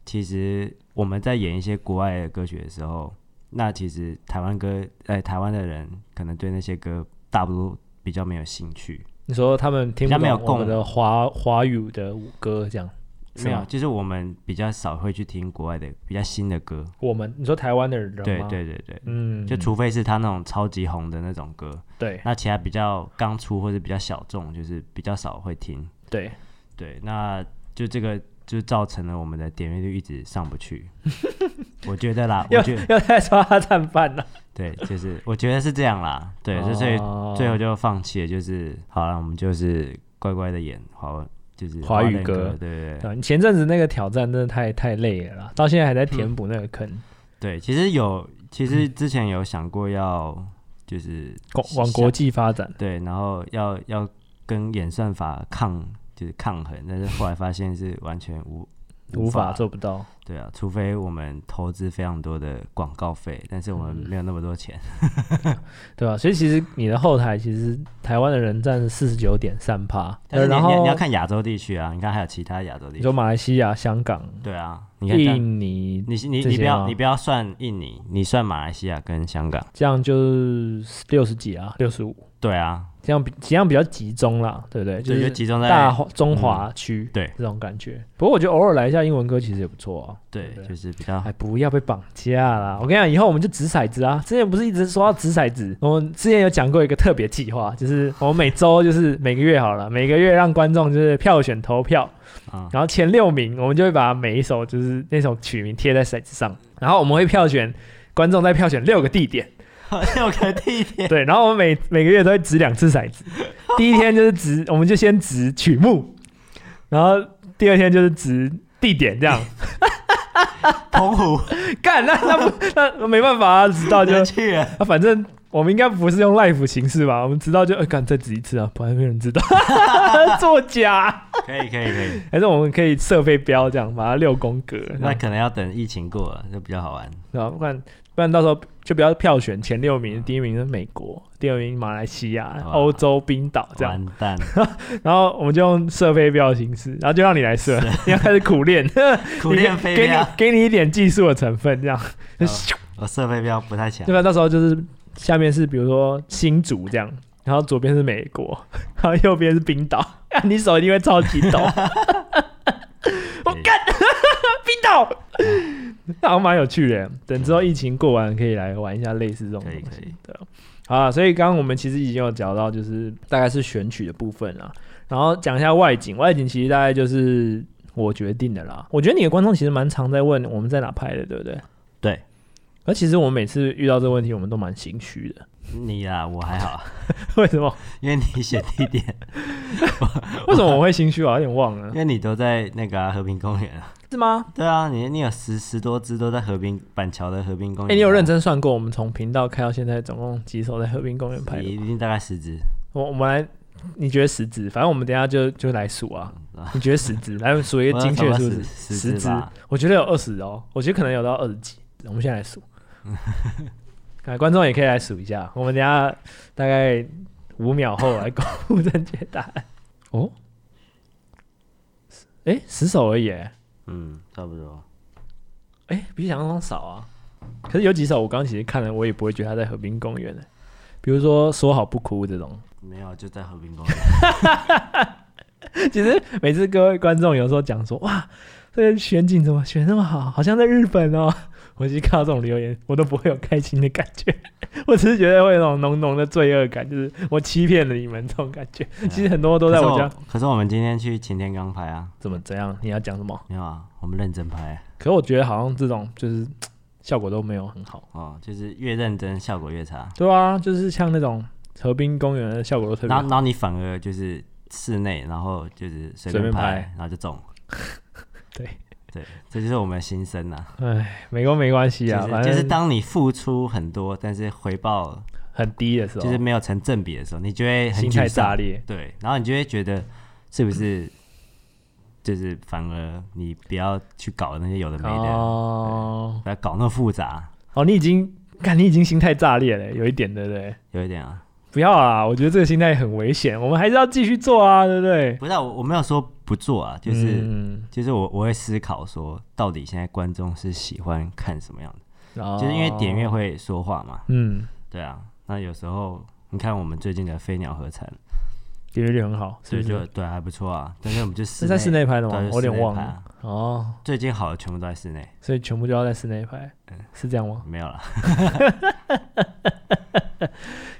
S2: 其实我们在演一些国外的歌曲的时候，那其实台湾歌呃台湾的人可能对那些歌大多比较没有兴趣。
S1: 你说他们听不
S2: 比较没有
S1: 懂我们
S2: 共
S1: 的华华语的舞歌这样，是
S2: 没有，
S1: 吗
S2: 就是我们比较少会去听国外的比较新的歌，
S1: 我们你说台湾的人吗？
S2: 对对对对，
S1: 嗯，
S2: 就除非是他那种超级红的那种歌，
S1: 对
S2: 那其他比较刚出或者比较小众，就是比较少会听。
S1: 对，
S2: 对，那就这个就造成了我们的点阅率一直上不
S1: <laughs>
S2: 去。我觉得啦，我
S1: 要
S2: 觉
S1: <laughs>
S2: 得
S1: 要再抓他战犯了。
S2: 对，就是我觉得是这样啦。对，就所以
S1: 哦
S2: 最后就放弃了，就是好了，我们就是乖乖的演华文，就是
S1: 华语
S2: 文
S1: 歌
S2: 歌，对对对
S1: 对啊，你前阵子那个挑战真的太太累了啦，到现在还在填
S2: 嗯
S1: 补那个坑，
S2: 对。其实有，其实之前有想过要就是
S1: 国嗯往国际发展。
S2: 对，然后要要跟演算法抗，就是抗衡，但是后来发现是完全无
S1: 无法
S2: 法
S1: 做不到，
S2: 对啊，除非我们投资非常多的广告费，但是
S1: 嗯
S2: 我们没有那么
S1: <laughs>
S2: 多钱。
S1: 对吧、所以其实你的后台其实台湾的人占四十九点三趴，
S2: 但是你
S1: 然
S2: 你
S1: 后
S2: 你要看亚洲地区啊，你看还有其他亚洲地
S1: 你说
S2: 区。
S1: 马来西亚、香港、
S2: 对啊，你看这样
S1: 印尼，
S2: 你你
S1: 这
S2: 你不
S1: 些
S2: 要
S1: 吗
S2: 你不要算印尼，你算马来西亚跟香港。
S1: 这样就是六十几啊，六十五，
S2: 对啊，
S1: 这样比这样比较集中啦，对不对？
S2: 就是集中在嗯
S1: 大华中华区、
S2: 对
S1: 这种感觉。不过我觉得偶尔来一下英文歌其实也不错啊。
S2: 对，
S1: 对
S2: 就是比较 <laughs>
S1: 哎，不要被绑架啦！我跟你讲，以后我们就掷骰子啊。之前不是一直说要掷骰子？我们之前有讲过一个特别计划，就是我们每周就是每个月好了，每个月让观众就是票选投票，
S2: 啊
S1: 然后前六名我们就会把每一首就是那首曲名贴在骰子上，然后我们会票选观众再票选六个地点，
S2: 六个地
S1: <laughs>
S2: 点。
S1: 对，然后我们每每个月都会掷两次骰子，第一天就是掷，我们就先掷曲目，然后第二天就是掷地点，这样
S2: 澎湖
S1: <laughs> 干那那不 <laughs> 那没办法啊，直到就
S2: 就去
S1: <laughs>
S2: 了，
S1: 啊，反正我们应该不是用 live 形式吧？我们知道就，呃，干再指一次啊，不然没有人知 <laughs> 道，作假。
S2: 可以可以可以。
S1: 还是我们可以设飞镖这样，把它六宫格，
S2: 那可能要等疫情过了，就比较好玩。
S1: 然后不然不然到时候就不要票选前六名，第一名是美国，第二名马来西亚、
S2: 哇
S1: 欧洲、冰岛这样，
S2: 完
S1: <laughs>
S2: 蛋，
S1: 然后我们就用射飞镖形式，然后就让你来射， <laughs> 你要开始苦练，
S2: <laughs> 苦练飞
S1: 给你
S2: 镖，哦
S1: 给你一点技术的成分这样， <laughs>
S2: 我射飞镖不太强
S1: 对。吧？到时候就是下面是比如说新竹这样，然后左边是美国， <laughs> 然后右边是冰岛， <laughs> 你手一定会超级
S2: <laughs>
S1: 抖。 <laughs> 我干，冰岛， <laughs> 那好像蛮有趣的。等之后疫情过完，可以来玩一下类似这种东
S2: 可以可
S1: 西
S2: 以。
S1: 对啊，好啊，所以刚刚我们其实已经有讲到，就是大概是选曲的部分啦，然后讲一下外景。外景其实大概就是。我决定的啦，我觉得你的观众其实蛮常在问我们在哪拍的，对不对？
S2: 对
S1: 而其实我们每次遇到这个问题，我们都蛮心虚的。 <laughs>
S2: 你啦，我还好，啊
S1: 为什么？
S2: 因为你选地点，
S1: 为什么我会心虚啊？有点忘了
S2: 因，为你都在那个啊、和平公园啊。
S1: <laughs> 是吗？
S2: 对啊，你你有十十多只都在和平板桥的和平公
S1: 哎、
S2: 园。啊
S1: 你有认？真算过我们从频道开到现在总共几首在和平公园拍
S2: 你
S1: 的？
S2: 一定大概十只。
S1: 我我们来，你觉得十指？反正我们等一下就就来数啊。 <laughs> 你觉得十指？来数一个精确的数字，
S2: 十
S1: 十
S2: 只
S1: 指
S2: 吧。
S1: 我觉得有二十哦，我觉得可能有到二十几。我们现在来数，看观众也可以来数一下。我们等一下大概五秒后来公布正确答案。哦，哎、十首而已耶、
S2: 嗯，差不多。
S1: 哎、比想象中少啊。可是有几首我刚刚其实看了，我也不会觉得它在河滨公园的、比如说“说好不哭”这种。
S2: 没有，就在和平公园。
S1: <laughs> 其实每次各位观众有时候讲说：“哇，这个选景怎么选那么好，好像在日本哦。”我其实看到这种留言，我都不会有开心的感觉， <laughs> 我只是觉得会有那种浓浓的罪恶感，就是我欺骗了你们这种感觉。其实很多都在
S2: 哎可是
S1: 我家，
S2: 可是我们今天去擎天岗拍啊，
S1: 怎么怎样？你要讲什么？
S2: 没有啊，我们认真拍
S1: 可是我觉得好像这种就是效果都没有很好。
S2: 哦，就是越认真效果越差。
S1: 对啊，就是像那种河滨公园的效果都特别
S2: 然
S1: 好
S2: 后，。然后你反而就是室内，然后就是随
S1: 随
S2: 便
S1: 便
S2: 拍，
S1: 拍。
S2: 然后就中
S1: <laughs> 对
S2: 对，这就是我们的心声呐、啊。
S1: 唉，哎没关没关系啊，
S2: 就是
S1: 反
S2: 就是
S1: 正
S2: 当你付出很多，但是回报
S1: 很低的时候，
S2: 就是没有成正比的时候，你就会很
S1: 哦心
S2: 沮
S1: 态
S2: 丧
S1: 炸。裂。
S2: 对，然后你就会觉得是不是 <clears throat> 就是反而你不要去搞那些有的没的，哎
S1: 哦
S2: 不要搞那么复杂，
S1: 哦，你已经看你已经心态炸裂了，有一点对不对？
S2: 有一点啊。
S1: 不要啊，我觉得这个心态很危险，我们还是要继续做啊，对不对？
S2: 不是啊、我我没有说不做啊，就是、
S1: 嗯
S2: 就是我我会思考说，到底现在观众是喜欢看什么样的。
S1: 哦
S2: 就是因为点阅会说话嘛，
S1: 嗯，
S2: 对啊。那有时候你看我们最近的飞鸟合成，
S1: 点阅率很好，是
S2: 所以
S1: 不？
S2: 就是对还不错啊。但是我们就是室
S1: 在室内拍的
S2: 对
S1: 吗？
S2: 就
S1: 我有
S2: 室
S1: 点
S2: 内
S1: 忘
S2: 拍
S1: 了
S2: 啊。
S1: 哦，
S2: 最近好的全部都在室内，
S1: 所以全部都要在室内拍，
S2: 嗯
S1: 是这样吗？
S2: 没有了。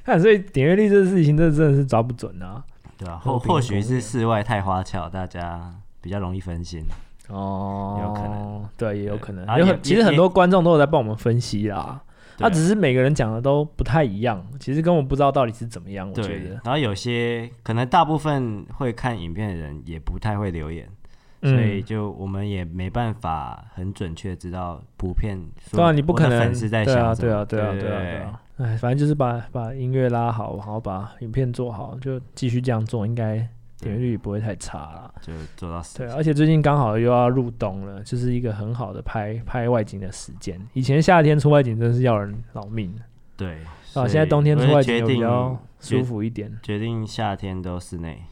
S1: 看，所以点阅率这个事情，这真的是抓不准啊。
S2: 对啊，
S1: 和
S2: 或
S1: 平
S2: 或
S1: 的
S2: 许
S1: 公
S2: 是
S1: 园
S2: 室外太花俏，大家比较容易分心。
S1: 哦，
S2: 有可能，
S1: 对，也有可能。
S2: 啊
S1: 有
S2: 也
S1: 很其实
S2: 也
S1: 很多观众都有在帮我们分析啦，他、
S2: 对
S1: 只是每个人讲的都不太一样，其实根本不知道到底是怎么样。我觉
S2: 对
S1: 得，，
S2: 然后有些可能大部分会看影片的人也不太会留言，
S1: 嗯
S2: 所以就我们也没办法很准确知道普遍
S1: 啊
S2: 说
S1: 当然你不
S2: 我的
S1: 可能
S2: 粉丝在
S1: 对啊，
S2: 想什
S1: 对啊，
S2: 么。
S1: 对啊，对啊，对啊。哎，反正就是把把音乐拉好，然后把影片做好，就继续这样做，应该点阅率不会太差啦。
S2: 就做到死
S1: 对，啊而且最近刚好又要入冬了，就是一个很好的拍拍外景的时间。以前夏天出外景真是要人老命
S2: 对。所
S1: 啊，
S2: 以
S1: 现在冬天
S2: 我
S1: 出
S2: 就
S1: 外景
S2: 决
S1: 又比
S2: 定
S1: 较舒
S2: 决
S1: 服一点。
S2: 决定夏天都室内，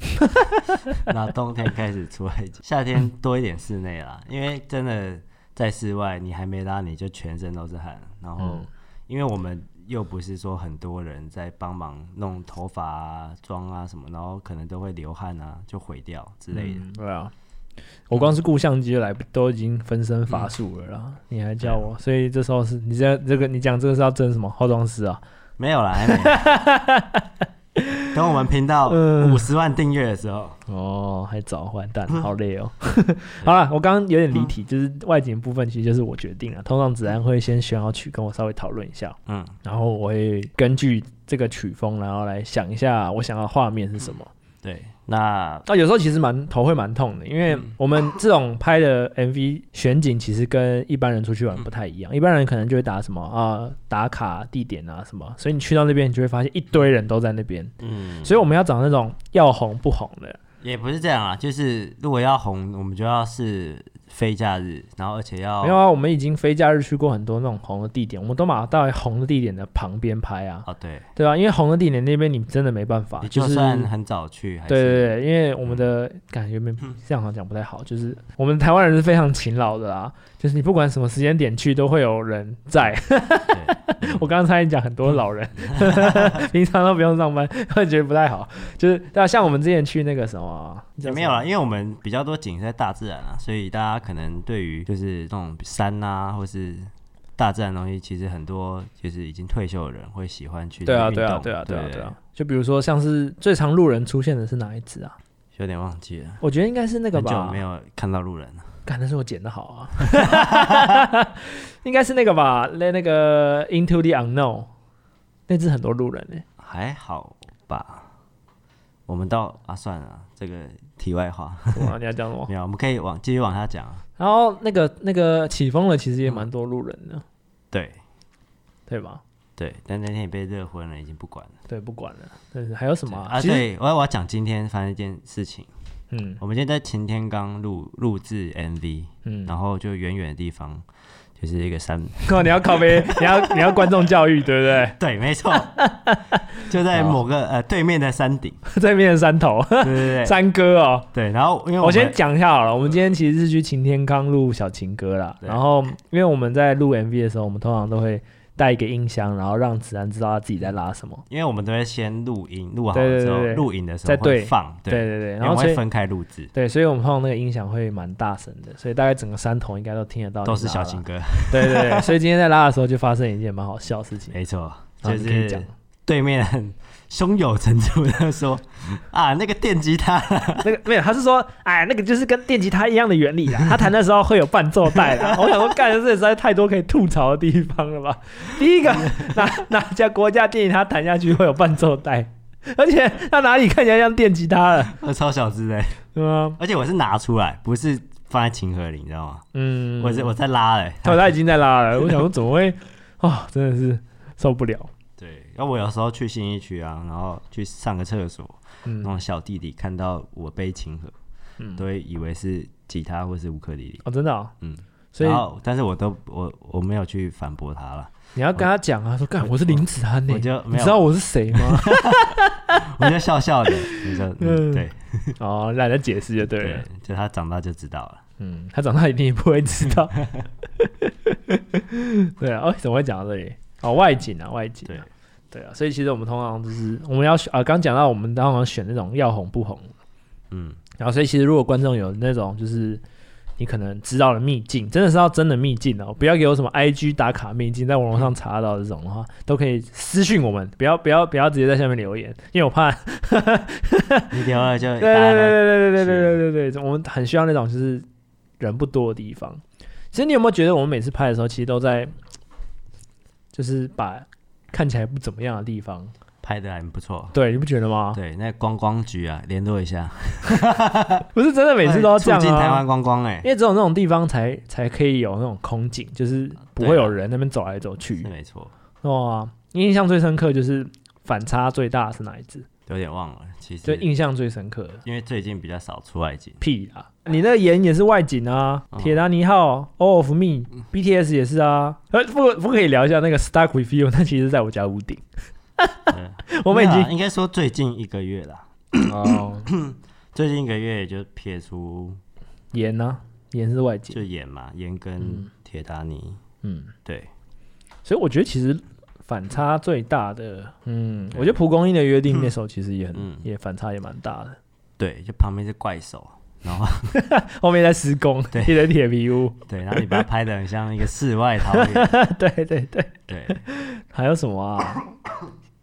S2: <laughs> 那冬天开始出外景，夏天多一点室内
S1: <laughs>
S2: 啦，因为真的在室外你还没拉你就全身都是汗，然后
S1: 嗯
S2: 因为我们又不是说很多人在帮忙弄头发啊、妆啊什么，然后可能都会流汗啊，就毁掉之类的。
S1: 嗯对啊，我光是顾相机就来不都已经分身乏
S2: 嗯
S1: 术了啦，你还
S2: 啊
S1: 叫我，所以这时候是你这这个你讲这个是要争什么化妆师啊？
S2: 没有啦，还没。
S1: <laughs>
S2: 等我们频道
S1: 嗯
S2: 五十万订阅的时候，
S1: 哦，还早，完蛋，好累哦。好了，我刚刚有点离题，就是外景部分其实就是我决定了，通常子安会先选好曲，跟我稍微讨论一下，
S2: 嗯，
S1: 然后我会根据这个曲风，然后来想一下我想要的画面是什么。
S2: 对，那
S1: 啊，有时候其实蛮头会蛮痛的，因为我们这种拍的 MV 选景其实跟一般人出去玩不太一样，一般人可能就会打什么啊、打卡地点啊什么，所以你去到那边，你就会发现一堆人都在那边，
S2: 嗯，
S1: 所以我们要找那种要红不红的，
S2: 也不是这样啊，就是如果要红，我们就要是非假日，然后而且要
S1: 没有啊，我们已经非假日去过很多那种红的地点，我们都马到红的地点的旁边拍啊，
S2: 哦，对，
S1: 对吧、因为红的地点那边你真的没办法，
S2: 你
S1: 就
S2: 就是嗯算很早去，还是
S1: 对对对，因为我们的感觉没这样好像讲不太好，就是我们台湾人是非常勤劳的啊，就是你不管什么时间点去都会有人在。 <laughs> 我刚刚才讲很多
S2: <laughs>
S1: 老人，平常都不用上班，会觉得不太好。就是对啊，像我们之前去那个什么，
S2: 也没有啦，因为我们比较多景是在大自然啊，所以大家可能对于就是这种山啊，或是大自然的东西，其实很多就是已经退休的人会喜欢去
S1: 对啊
S2: 运动
S1: 对啊对啊对啊
S2: 对
S1: 对啊，，就比如说像是最常路人出现的是哪一只啊？
S2: 有点忘记了，
S1: 我觉得应该是那个
S2: 很
S1: 吧，
S2: 久没有看到路人了。
S1: 干，但是我剪的好啊， <laughs> 应该是那个吧，那那个 Into the Unknown 那只很多路人呢、欸
S2: 还好吧。我们到啊，算了啊，这个题外话， <laughs>
S1: 哇，你要讲什么？
S2: 没有，我们可以往继续往下讲啊。
S1: 然后那个那个起风了，其实也蛮多路人的，
S2: 嗯对
S1: 对吧？
S2: 对，但那天也被热昏了，已经不管了。
S1: 对，不管了。但是还有什么
S2: 啊，
S1: 其实
S2: 对，我要我要讲今天发生一件事情。
S1: 嗯
S2: 我们今天在擎天岗录录制 MV，
S1: 嗯， <laughs> 哦
S2: 然后就远远的地方就是一个山， <laughs>
S1: 靠，你要靠背，你要你要观众教育，对不对？ <laughs>
S2: 对，没错，就在某个呃对面的山顶，
S1: 这边的山头
S2: 对
S1: <laughs>
S2: 对对
S1: 山歌哦。
S2: 对。然后因为
S1: 我
S2: 们嗯
S1: 先讲一下好了，我们今天其实是去擎天岗录小情歌啦。
S2: 对
S1: 然后，因为我们在录 MV 的时候，我们通常都会带一个音箱，然后让子安知道他自己在拉什么。
S2: 因为我们都会先录音，录好了
S1: 对对
S2: 之后
S1: 对对
S2: 录影的时
S1: 再
S2: 候
S1: 对
S2: 会放，
S1: 对对对，
S2: 因为
S1: 然
S2: 我
S1: 后
S2: 们
S1: 所
S2: 会
S1: 以
S2: 分开录制，
S1: 对，所以我们通常那个音响会蛮大声的，所以大概整个山头应该都听得到你拉啦。
S2: 都是小情歌，
S1: 对对对，所以今天在拉的时候就发生一件蛮好笑的事情，
S2: 没错，
S1: 然后你
S2: 就
S1: 可以讲
S2: 是。对面很 <laughs> 胸有成竹的说啊，那个电吉他， <laughs>
S1: 那个没有，他是说，哎，那个就是跟电吉他一样的原理
S2: <laughs>
S1: 啦。他弹的时候会有伴奏带啦。我想说，干这实在太多可以吐槽的地方了吧？第
S2: <laughs>
S1: 一个，哪哪家国家电吉他弹下去会有伴奏带？而且他哪里看起来像电吉他了？
S2: 我超小资的，
S1: 对吗？
S2: 而且我是拿出来，不是放在琴盒里，你知道吗？
S1: 嗯，哦
S2: 我是我在拉欸嘞，
S1: 他他已经在拉了。我
S2: <laughs>
S1: 想说，怎么会？哦，真的是受不了。
S2: 对，然后我有时候去信义区啊，然后去上个厕所，那
S1: 嗯，
S2: 种小弟弟看到我背琴盒，
S1: 嗯
S2: 都会以为是吉他或是乌克丽丽。
S1: 哦，真的、哦，
S2: 嗯，
S1: 所以
S2: 然后，但是我都我我没有去反驳他了，
S1: 你要跟他讲啊，说干，我是林子安呢、
S2: 我就没
S1: 你
S2: 有
S1: 知道我是谁吗？
S2: 我就笑笑的，你说
S1: <laughs> 嗯
S2: 嗯对
S1: 哦，懒得解释就对了
S2: 对。，就他长大就知道了。
S1: 嗯，他长大一定也不会知道。对啊，哦，怎么会讲到这里？哦，外景啊，外景、
S2: 对
S1: 啊。对啊，所以其实我们通常就是我们要选啊，刚讲到我们通常选那种要红不红，
S2: 嗯，
S1: 然后所以其实如果观众有那种就是你可能知道的秘境，真的是要真的秘境哦，不要给我什么 IG 打卡秘境，在网络上查到的这种的话，都可以私讯我们，不要不要不要直接在下面留言，因为我怕
S2: 一点二就
S1: 对对对对对对对
S2: 大家
S1: 对
S2: 来
S1: 对对对，我们很需要那种就是人不多的地方。其实你有没有觉得，我们每次拍的时候，其实都在就是把看起来不怎么样的地方，
S2: 拍的很不错。
S1: 对，你不觉得吗？
S2: 对，那观光局啊，联络一下，
S1: 不是真的每次都要这样
S2: 促进台
S1: 啊
S2: 湾，观光哎、
S1: 因为只有那种地方才才可以有那种空景，就是不会
S2: 对啊
S1: 有人那边走来走去
S2: 是。没错，
S1: 哇，印象最深刻就是反差最大的是哪一只？
S2: 有点忘了，其实
S1: 就印象最深刻的
S2: 因为最近比较少出外景，
S1: 屁啦！你那个盐也是外景啊，
S2: 啊哦嗯
S1: 铁达尼号、All of Me、BTS 也是啊。呃，不不可以聊一下那个 Stuck with You？那其实在我家屋顶，
S2: 对
S1: <laughs> 我们已
S2: 没有啊
S1: 经
S2: 应该说最近一个月啦，
S1: 哦
S2: 最近一个月也就撇除
S1: 盐呢，盐是外景，
S2: 就演嘛，演跟铁达尼，
S1: 嗯，
S2: 对，
S1: 所以我觉得其实反差最大的，嗯，我觉得蒲公英的约定那时候其实也很、
S2: 嗯
S1: 也反差也蛮大的，
S2: 对，就旁边是怪手，然后 <laughs>
S1: 后面在施工，
S2: 对
S1: 一堆铁皮
S2: <laughs>
S1: 屋，
S2: 对，然后你把它拍的很像一个世外桃源，
S1: 对对对，
S2: 对，
S1: 还有什么
S2: <laughs>
S1: 啊？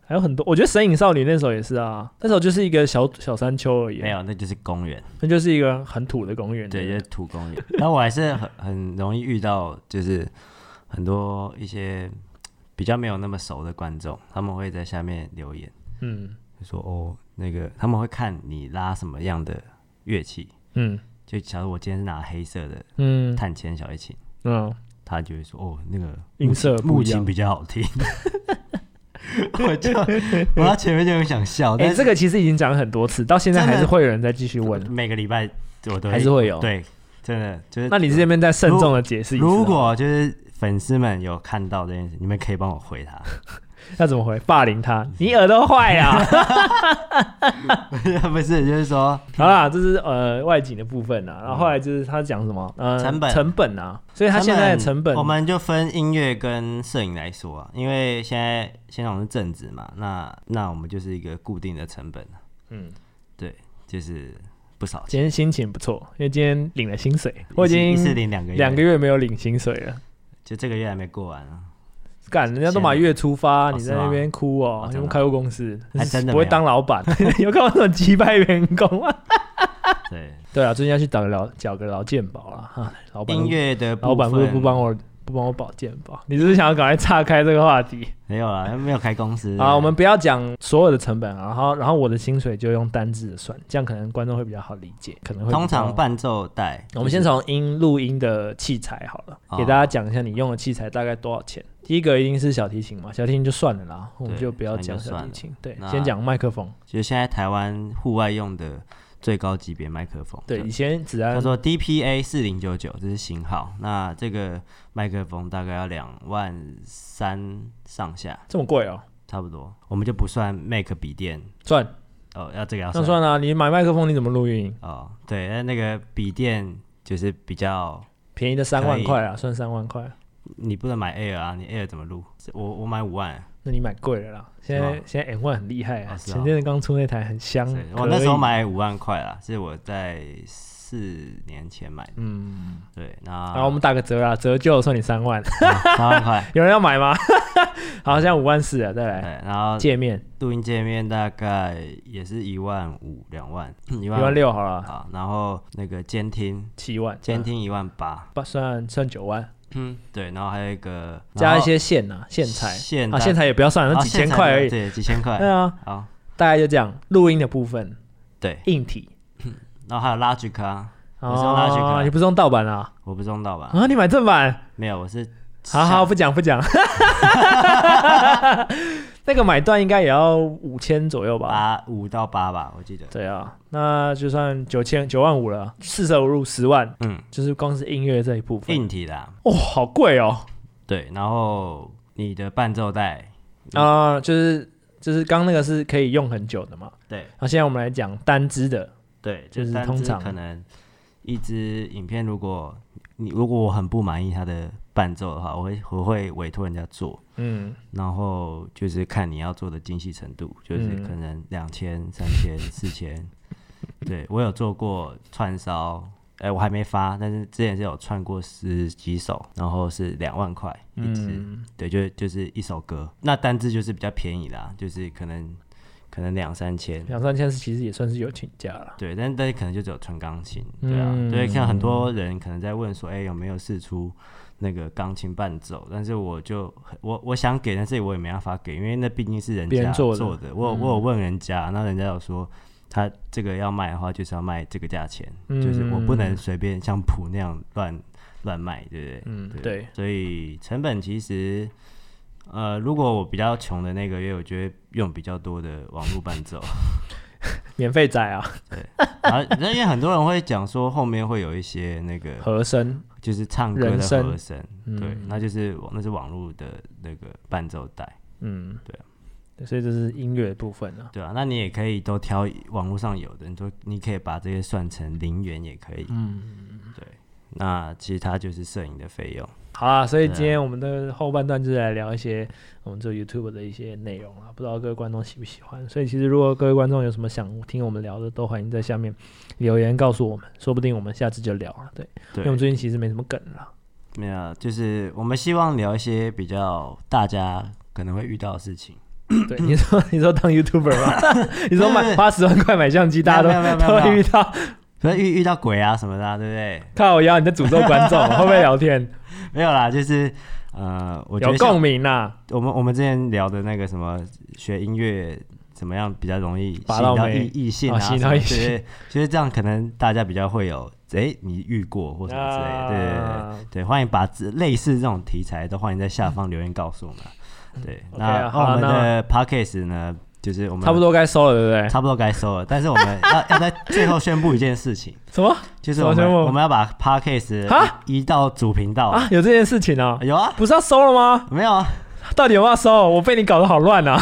S1: 还有很多，我觉得《神隐少女》那时候也是啊，那时候就是一个小小山丘而已啊，
S2: 没有，那就是公园，
S1: 那就是一个很土的公园。
S2: 对，
S1: 不
S2: 就是土公园。但我还是很很容易遇到，就是很多一些比较没有那么熟的观众，他们会在下面留言，
S1: 嗯
S2: 就说哦，那个他们会看你拉什么样的乐器，
S1: 嗯
S2: 就假如我今天是拿黑色的
S1: 嗯
S2: 碳纤小提琴，
S1: 嗯，
S2: 他就会说哦，那个
S1: 音色不
S2: 木
S1: 一
S2: 琴
S1: 样。
S2: 比较好听。 <laughs> 我就我到前面就很想笑，
S1: 哎、
S2: 但是
S1: 这个其实已经讲了很多次，到现在
S2: 真的
S1: 还是会有人在继续问，
S2: 每个礼拜我都
S1: 还是会有。，
S2: 对，真的就是
S1: 那你这边再慎重的解释一次啊。
S2: 如果就是粉丝们有看到这件事，你们可以帮我回他， <laughs>
S1: 要怎么回？霸凌
S2: 嗯
S1: 他，你耳朵坏
S2: <laughs>
S1: 啊！
S2: 不是就是说
S1: 好啦，这是呃外景的部分啊。然后后来就是他讲什么呃
S2: 嗯成本
S1: 成本啊，所以他现在的成本
S2: 我们就分音乐跟摄影来说啊，因为现在现在我们是正职嘛，那那我们就是一个固定的成本，啊
S1: 嗯，
S2: 对，就是不少钱，
S1: 今天心情不错，因为今天领了薪水，我已经
S2: 一次领两个月，
S1: 两个月没有领薪水了。
S2: 就这个月还没过完啊，
S1: 干，人家都买月出发，
S2: 现在
S1: 你在那边哭
S2: 哦
S1: 哦
S2: 是吗，
S1: 你们开过公司，
S2: 还真的
S1: 不会
S2: 没有
S1: 当老 <laughs> 板，有看过这种击败员工吗？
S2: 对，
S1: 对啊，最近要去找个劳缴个劳健保了哈，老板
S2: 音乐的
S1: 老板
S2: 部
S1: 不
S2: 分
S1: 不帮我不帮我保健保，你是不是想要赶快岔开这个话题
S2: 没有啦，没有开公司
S1: 啊？我们不要讲所有的成本啊，然后然后我的薪水就用单字算，这样可能观众会比较好理解，可能会比较
S2: 通常。伴奏带，
S1: 我们先从音录音的器材好了，
S2: 哦
S1: 给大家讲一下你用的器材大概多少钱。第一个一定是小提琴嘛，小提琴就算了啦，我们就不要讲小提琴。对，
S2: 那
S1: 先讲麦克风。
S2: 就是现在台湾户外用的最高级别麦克风，
S1: 对，以前子安
S2: 叫做 DPA 四零九九，这是型号。那这个麦克风大概要两万三上下，
S1: 这么贵哦，
S2: 差不多。我们就不算 Mac 笔电，
S1: 算
S2: 哦，要这个要
S1: 那
S2: 算
S1: 算啊，你买麦克风你怎么录音？
S2: 哦，对，那那个笔电就是比较，
S1: 便宜的三
S2: 可
S1: 万
S2: 以
S1: 块啊，算三万块。
S2: 你不能买 Air 啊，你 Air 怎么录？我我买五万，啊
S1: 那你买贵了啦，现
S2: 是
S1: 在
S2: 吗
S1: 现在 M One 很厉害啊，
S2: 哦是啊
S1: 前阵子刚出那台很香
S2: 对，
S1: 嗯
S2: 我
S1: 可
S2: 那时候
S1: 以，
S2: 买五万块啦，是我在四年前买的。
S1: 嗯，
S2: 对，
S1: 然后我
S2: 那
S1: 们打个折啦，折旧算你三万， <laughs>
S2: 三万块，
S1: 有人要买吗？ <laughs> 好，现在五万四啊，再
S2: 对
S1: 来，
S2: 然后
S1: 界面
S2: 录音界面大概也是一万五、两万、一
S1: 一
S2: 万
S1: 万六好了，
S2: 好，然后那个监听，
S1: 七万，
S2: 监
S1: 嗯
S2: 听一万八，
S1: 不算算九万，
S2: 嗯，对，然后还有一个
S1: 加一些线呐，线材
S2: 线哦
S1: 啊，线材也不要算，
S2: 然
S1: 那
S2: 后
S1: 几千块而已，
S2: 对，几千块
S1: 对，啊，
S2: 好，
S1: 大概就这样。录音的部分，
S2: 对，
S1: 硬体，
S2: 然后还有 Logic 啊，我是用 Logic
S1: 哦
S2: 啊，
S1: 你不是用盗版啊？
S2: 我不中到吧？
S1: 啊，你买正版？
S2: 没有，我是啊
S1: 好好，不讲不
S2: <laughs>
S1: 讲。 <laughs> 那个买断应该也要五千左右吧？
S2: 八五到八吧，我记得，
S1: 对啊，那就算九千九万五了，四舍五入十万，
S2: 嗯，
S1: 就是光是音乐这一部分，
S2: 硬体啦，
S1: 哦，好贵哦。
S2: 对，然后你的伴奏带，
S1: 啊、就是就是刚那个是可以用很久的嘛，
S2: 对
S1: 然后现在我们来讲单支的，
S2: 对，
S1: 就是
S2: 单
S1: 通
S2: 支
S1: 常
S2: 可能一支影片如果你如果我很不满意他的伴奏的话，我会我会委托人家做，
S1: 嗯，
S2: 然后就是看你要做的精细程度，就是
S1: 嗯
S2: 可能两千、三
S1: <laughs>
S2: 千、四千。对我有做过串烧，哎、我还没发，但是之前是有串过十几首，然后是两万块一支。
S1: 嗯
S2: 对，就就是一首歌。那单支就是比较便宜啦，就是可能可能两三千。
S1: 两三千是其实也算是有请假了。
S2: 对，但但是可能就只有纯钢琴，对啊，
S1: 嗯
S2: 所以像很多人可能在问说，哎、有没有试出那个钢琴伴奏？但是我就我我想给，但是我也没办法给，因为那毕竟是人
S1: 别
S2: 家
S1: 人做的嗯
S2: 的。我有我有问人家，那人家有说他这个要卖的话，就是要卖这个价钱，就是我不能
S1: 嗯
S2: 随便像谱那样乱乱卖，对不对？
S1: 嗯，对，
S2: 所以成本其实，呃，如果我比较穷的那个月，我就会用比较多的网络伴奏。
S1: 免费仔啊，
S2: <laughs> 然后，因为很多人会讲说后面会有一些那个
S1: 和嗯声，
S2: 就是唱歌的
S1: 人声
S2: 和声，对，那就是网那是网络的那个伴奏带，
S1: 嗯，
S2: 对啊
S1: 对，所以这是音乐的部分啊。
S2: 对啊，那你也可以都挑网络上有的，你都你可以把这些算成零元也可以，
S1: 嗯，
S2: 那其他就是摄影的费用。
S1: 好啦，所以
S2: 对啊
S1: 今天我们的后半段就是来聊一些我们做 YouTube 的一些内容啊，不知道各位观众喜不喜欢。所以其实如果各位观众有什么想听我们聊的，都欢迎在下面留言告诉我们，说不定我们下次就聊了。对，因
S2: 对
S1: 为我，们最近其实没什么梗
S2: <laughs>
S1: 了。
S2: 没有，就是我们希望聊一些比较大家可能会遇到的事情。
S1: 对，你说你说当 YouTuber 吗？ <laughs> 你说
S2: 没有没
S1: 买
S2: <laughs> 有
S1: 花十万块买相机，大家
S2: 没有没有
S1: 都
S2: 没
S1: 都
S2: 有没有
S1: 会遇到
S2: 可是遇遇到鬼啊什么的、啊，对不对？
S1: 靠腰，你在诅咒观众，会不会聊天？
S2: 没有啦，就是呃，我觉
S1: 有
S2: 得像
S1: 共鸣呐。
S2: 我们我们之前聊的那个什么学音乐怎么样比较容易吸
S1: 拔
S2: 引
S1: 到
S2: 到
S1: 妹
S2: 异异性
S1: 哦
S2: 啊
S1: 吸
S2: 什么
S1: 引到异
S2: 的，
S1: 性
S2: 对，就是这样，可能大家比较会有诶，你遇过或什么之类的，对对对
S1: 啊
S2: 对，欢迎把这类似这种题材都欢迎在下方留言告诉我们啊。对，
S1: OK 啊
S2: 那
S1: 好啊
S2: 我们
S1: 那
S2: 的 podcast 呢，就是我们
S1: 差不多该收了，对不对？
S2: 差不多该收了，但是我
S1: <laughs>
S2: 们要要在最后宣布一件事情，
S1: 什么
S2: 就是我
S1: 什么宣
S2: 们
S1: 布
S2: 我们要把 podcast
S1: 哈
S2: 移到主频道
S1: 啊？有这件事情啊？
S2: 有啊，
S1: 不是要收了吗？
S2: 没有啊，
S1: 到底有没有要收？我被你搞得好乱啊！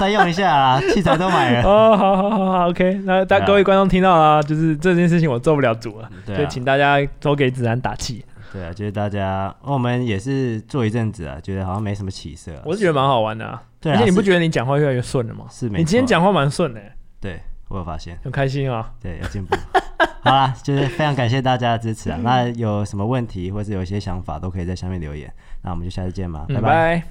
S2: 再用一下啊，器材都买了。
S1: 哦，好好好好，OK。那大
S2: 对啊
S1: 各位观众听到了啊，就是这件事情我做不了主了，
S2: 对
S1: 所以
S2: 啊，
S1: 请大家多给子安打气。
S2: 对啊，就是大家，我们也是做一阵子啊，觉得好像没什么起色啊、
S1: 我是觉得蛮好玩的啊，
S2: 对
S1: 而
S2: 啊，
S1: 且你不
S2: 是
S1: 觉得你讲话越来越顺了吗？
S2: 是没
S1: 你今天
S2: 错
S1: 讲话蛮顺的，
S2: 对我有发现，
S1: 很开心啊。
S2: 对，有进步。 <laughs> 好啦，就是非常感谢大家的
S1: <laughs>
S2: 支持啊！那有什么问题或是有一些想法，都可以在下面留言。那我们就下次见吧，
S1: 嗯，
S2: 拜
S1: 拜。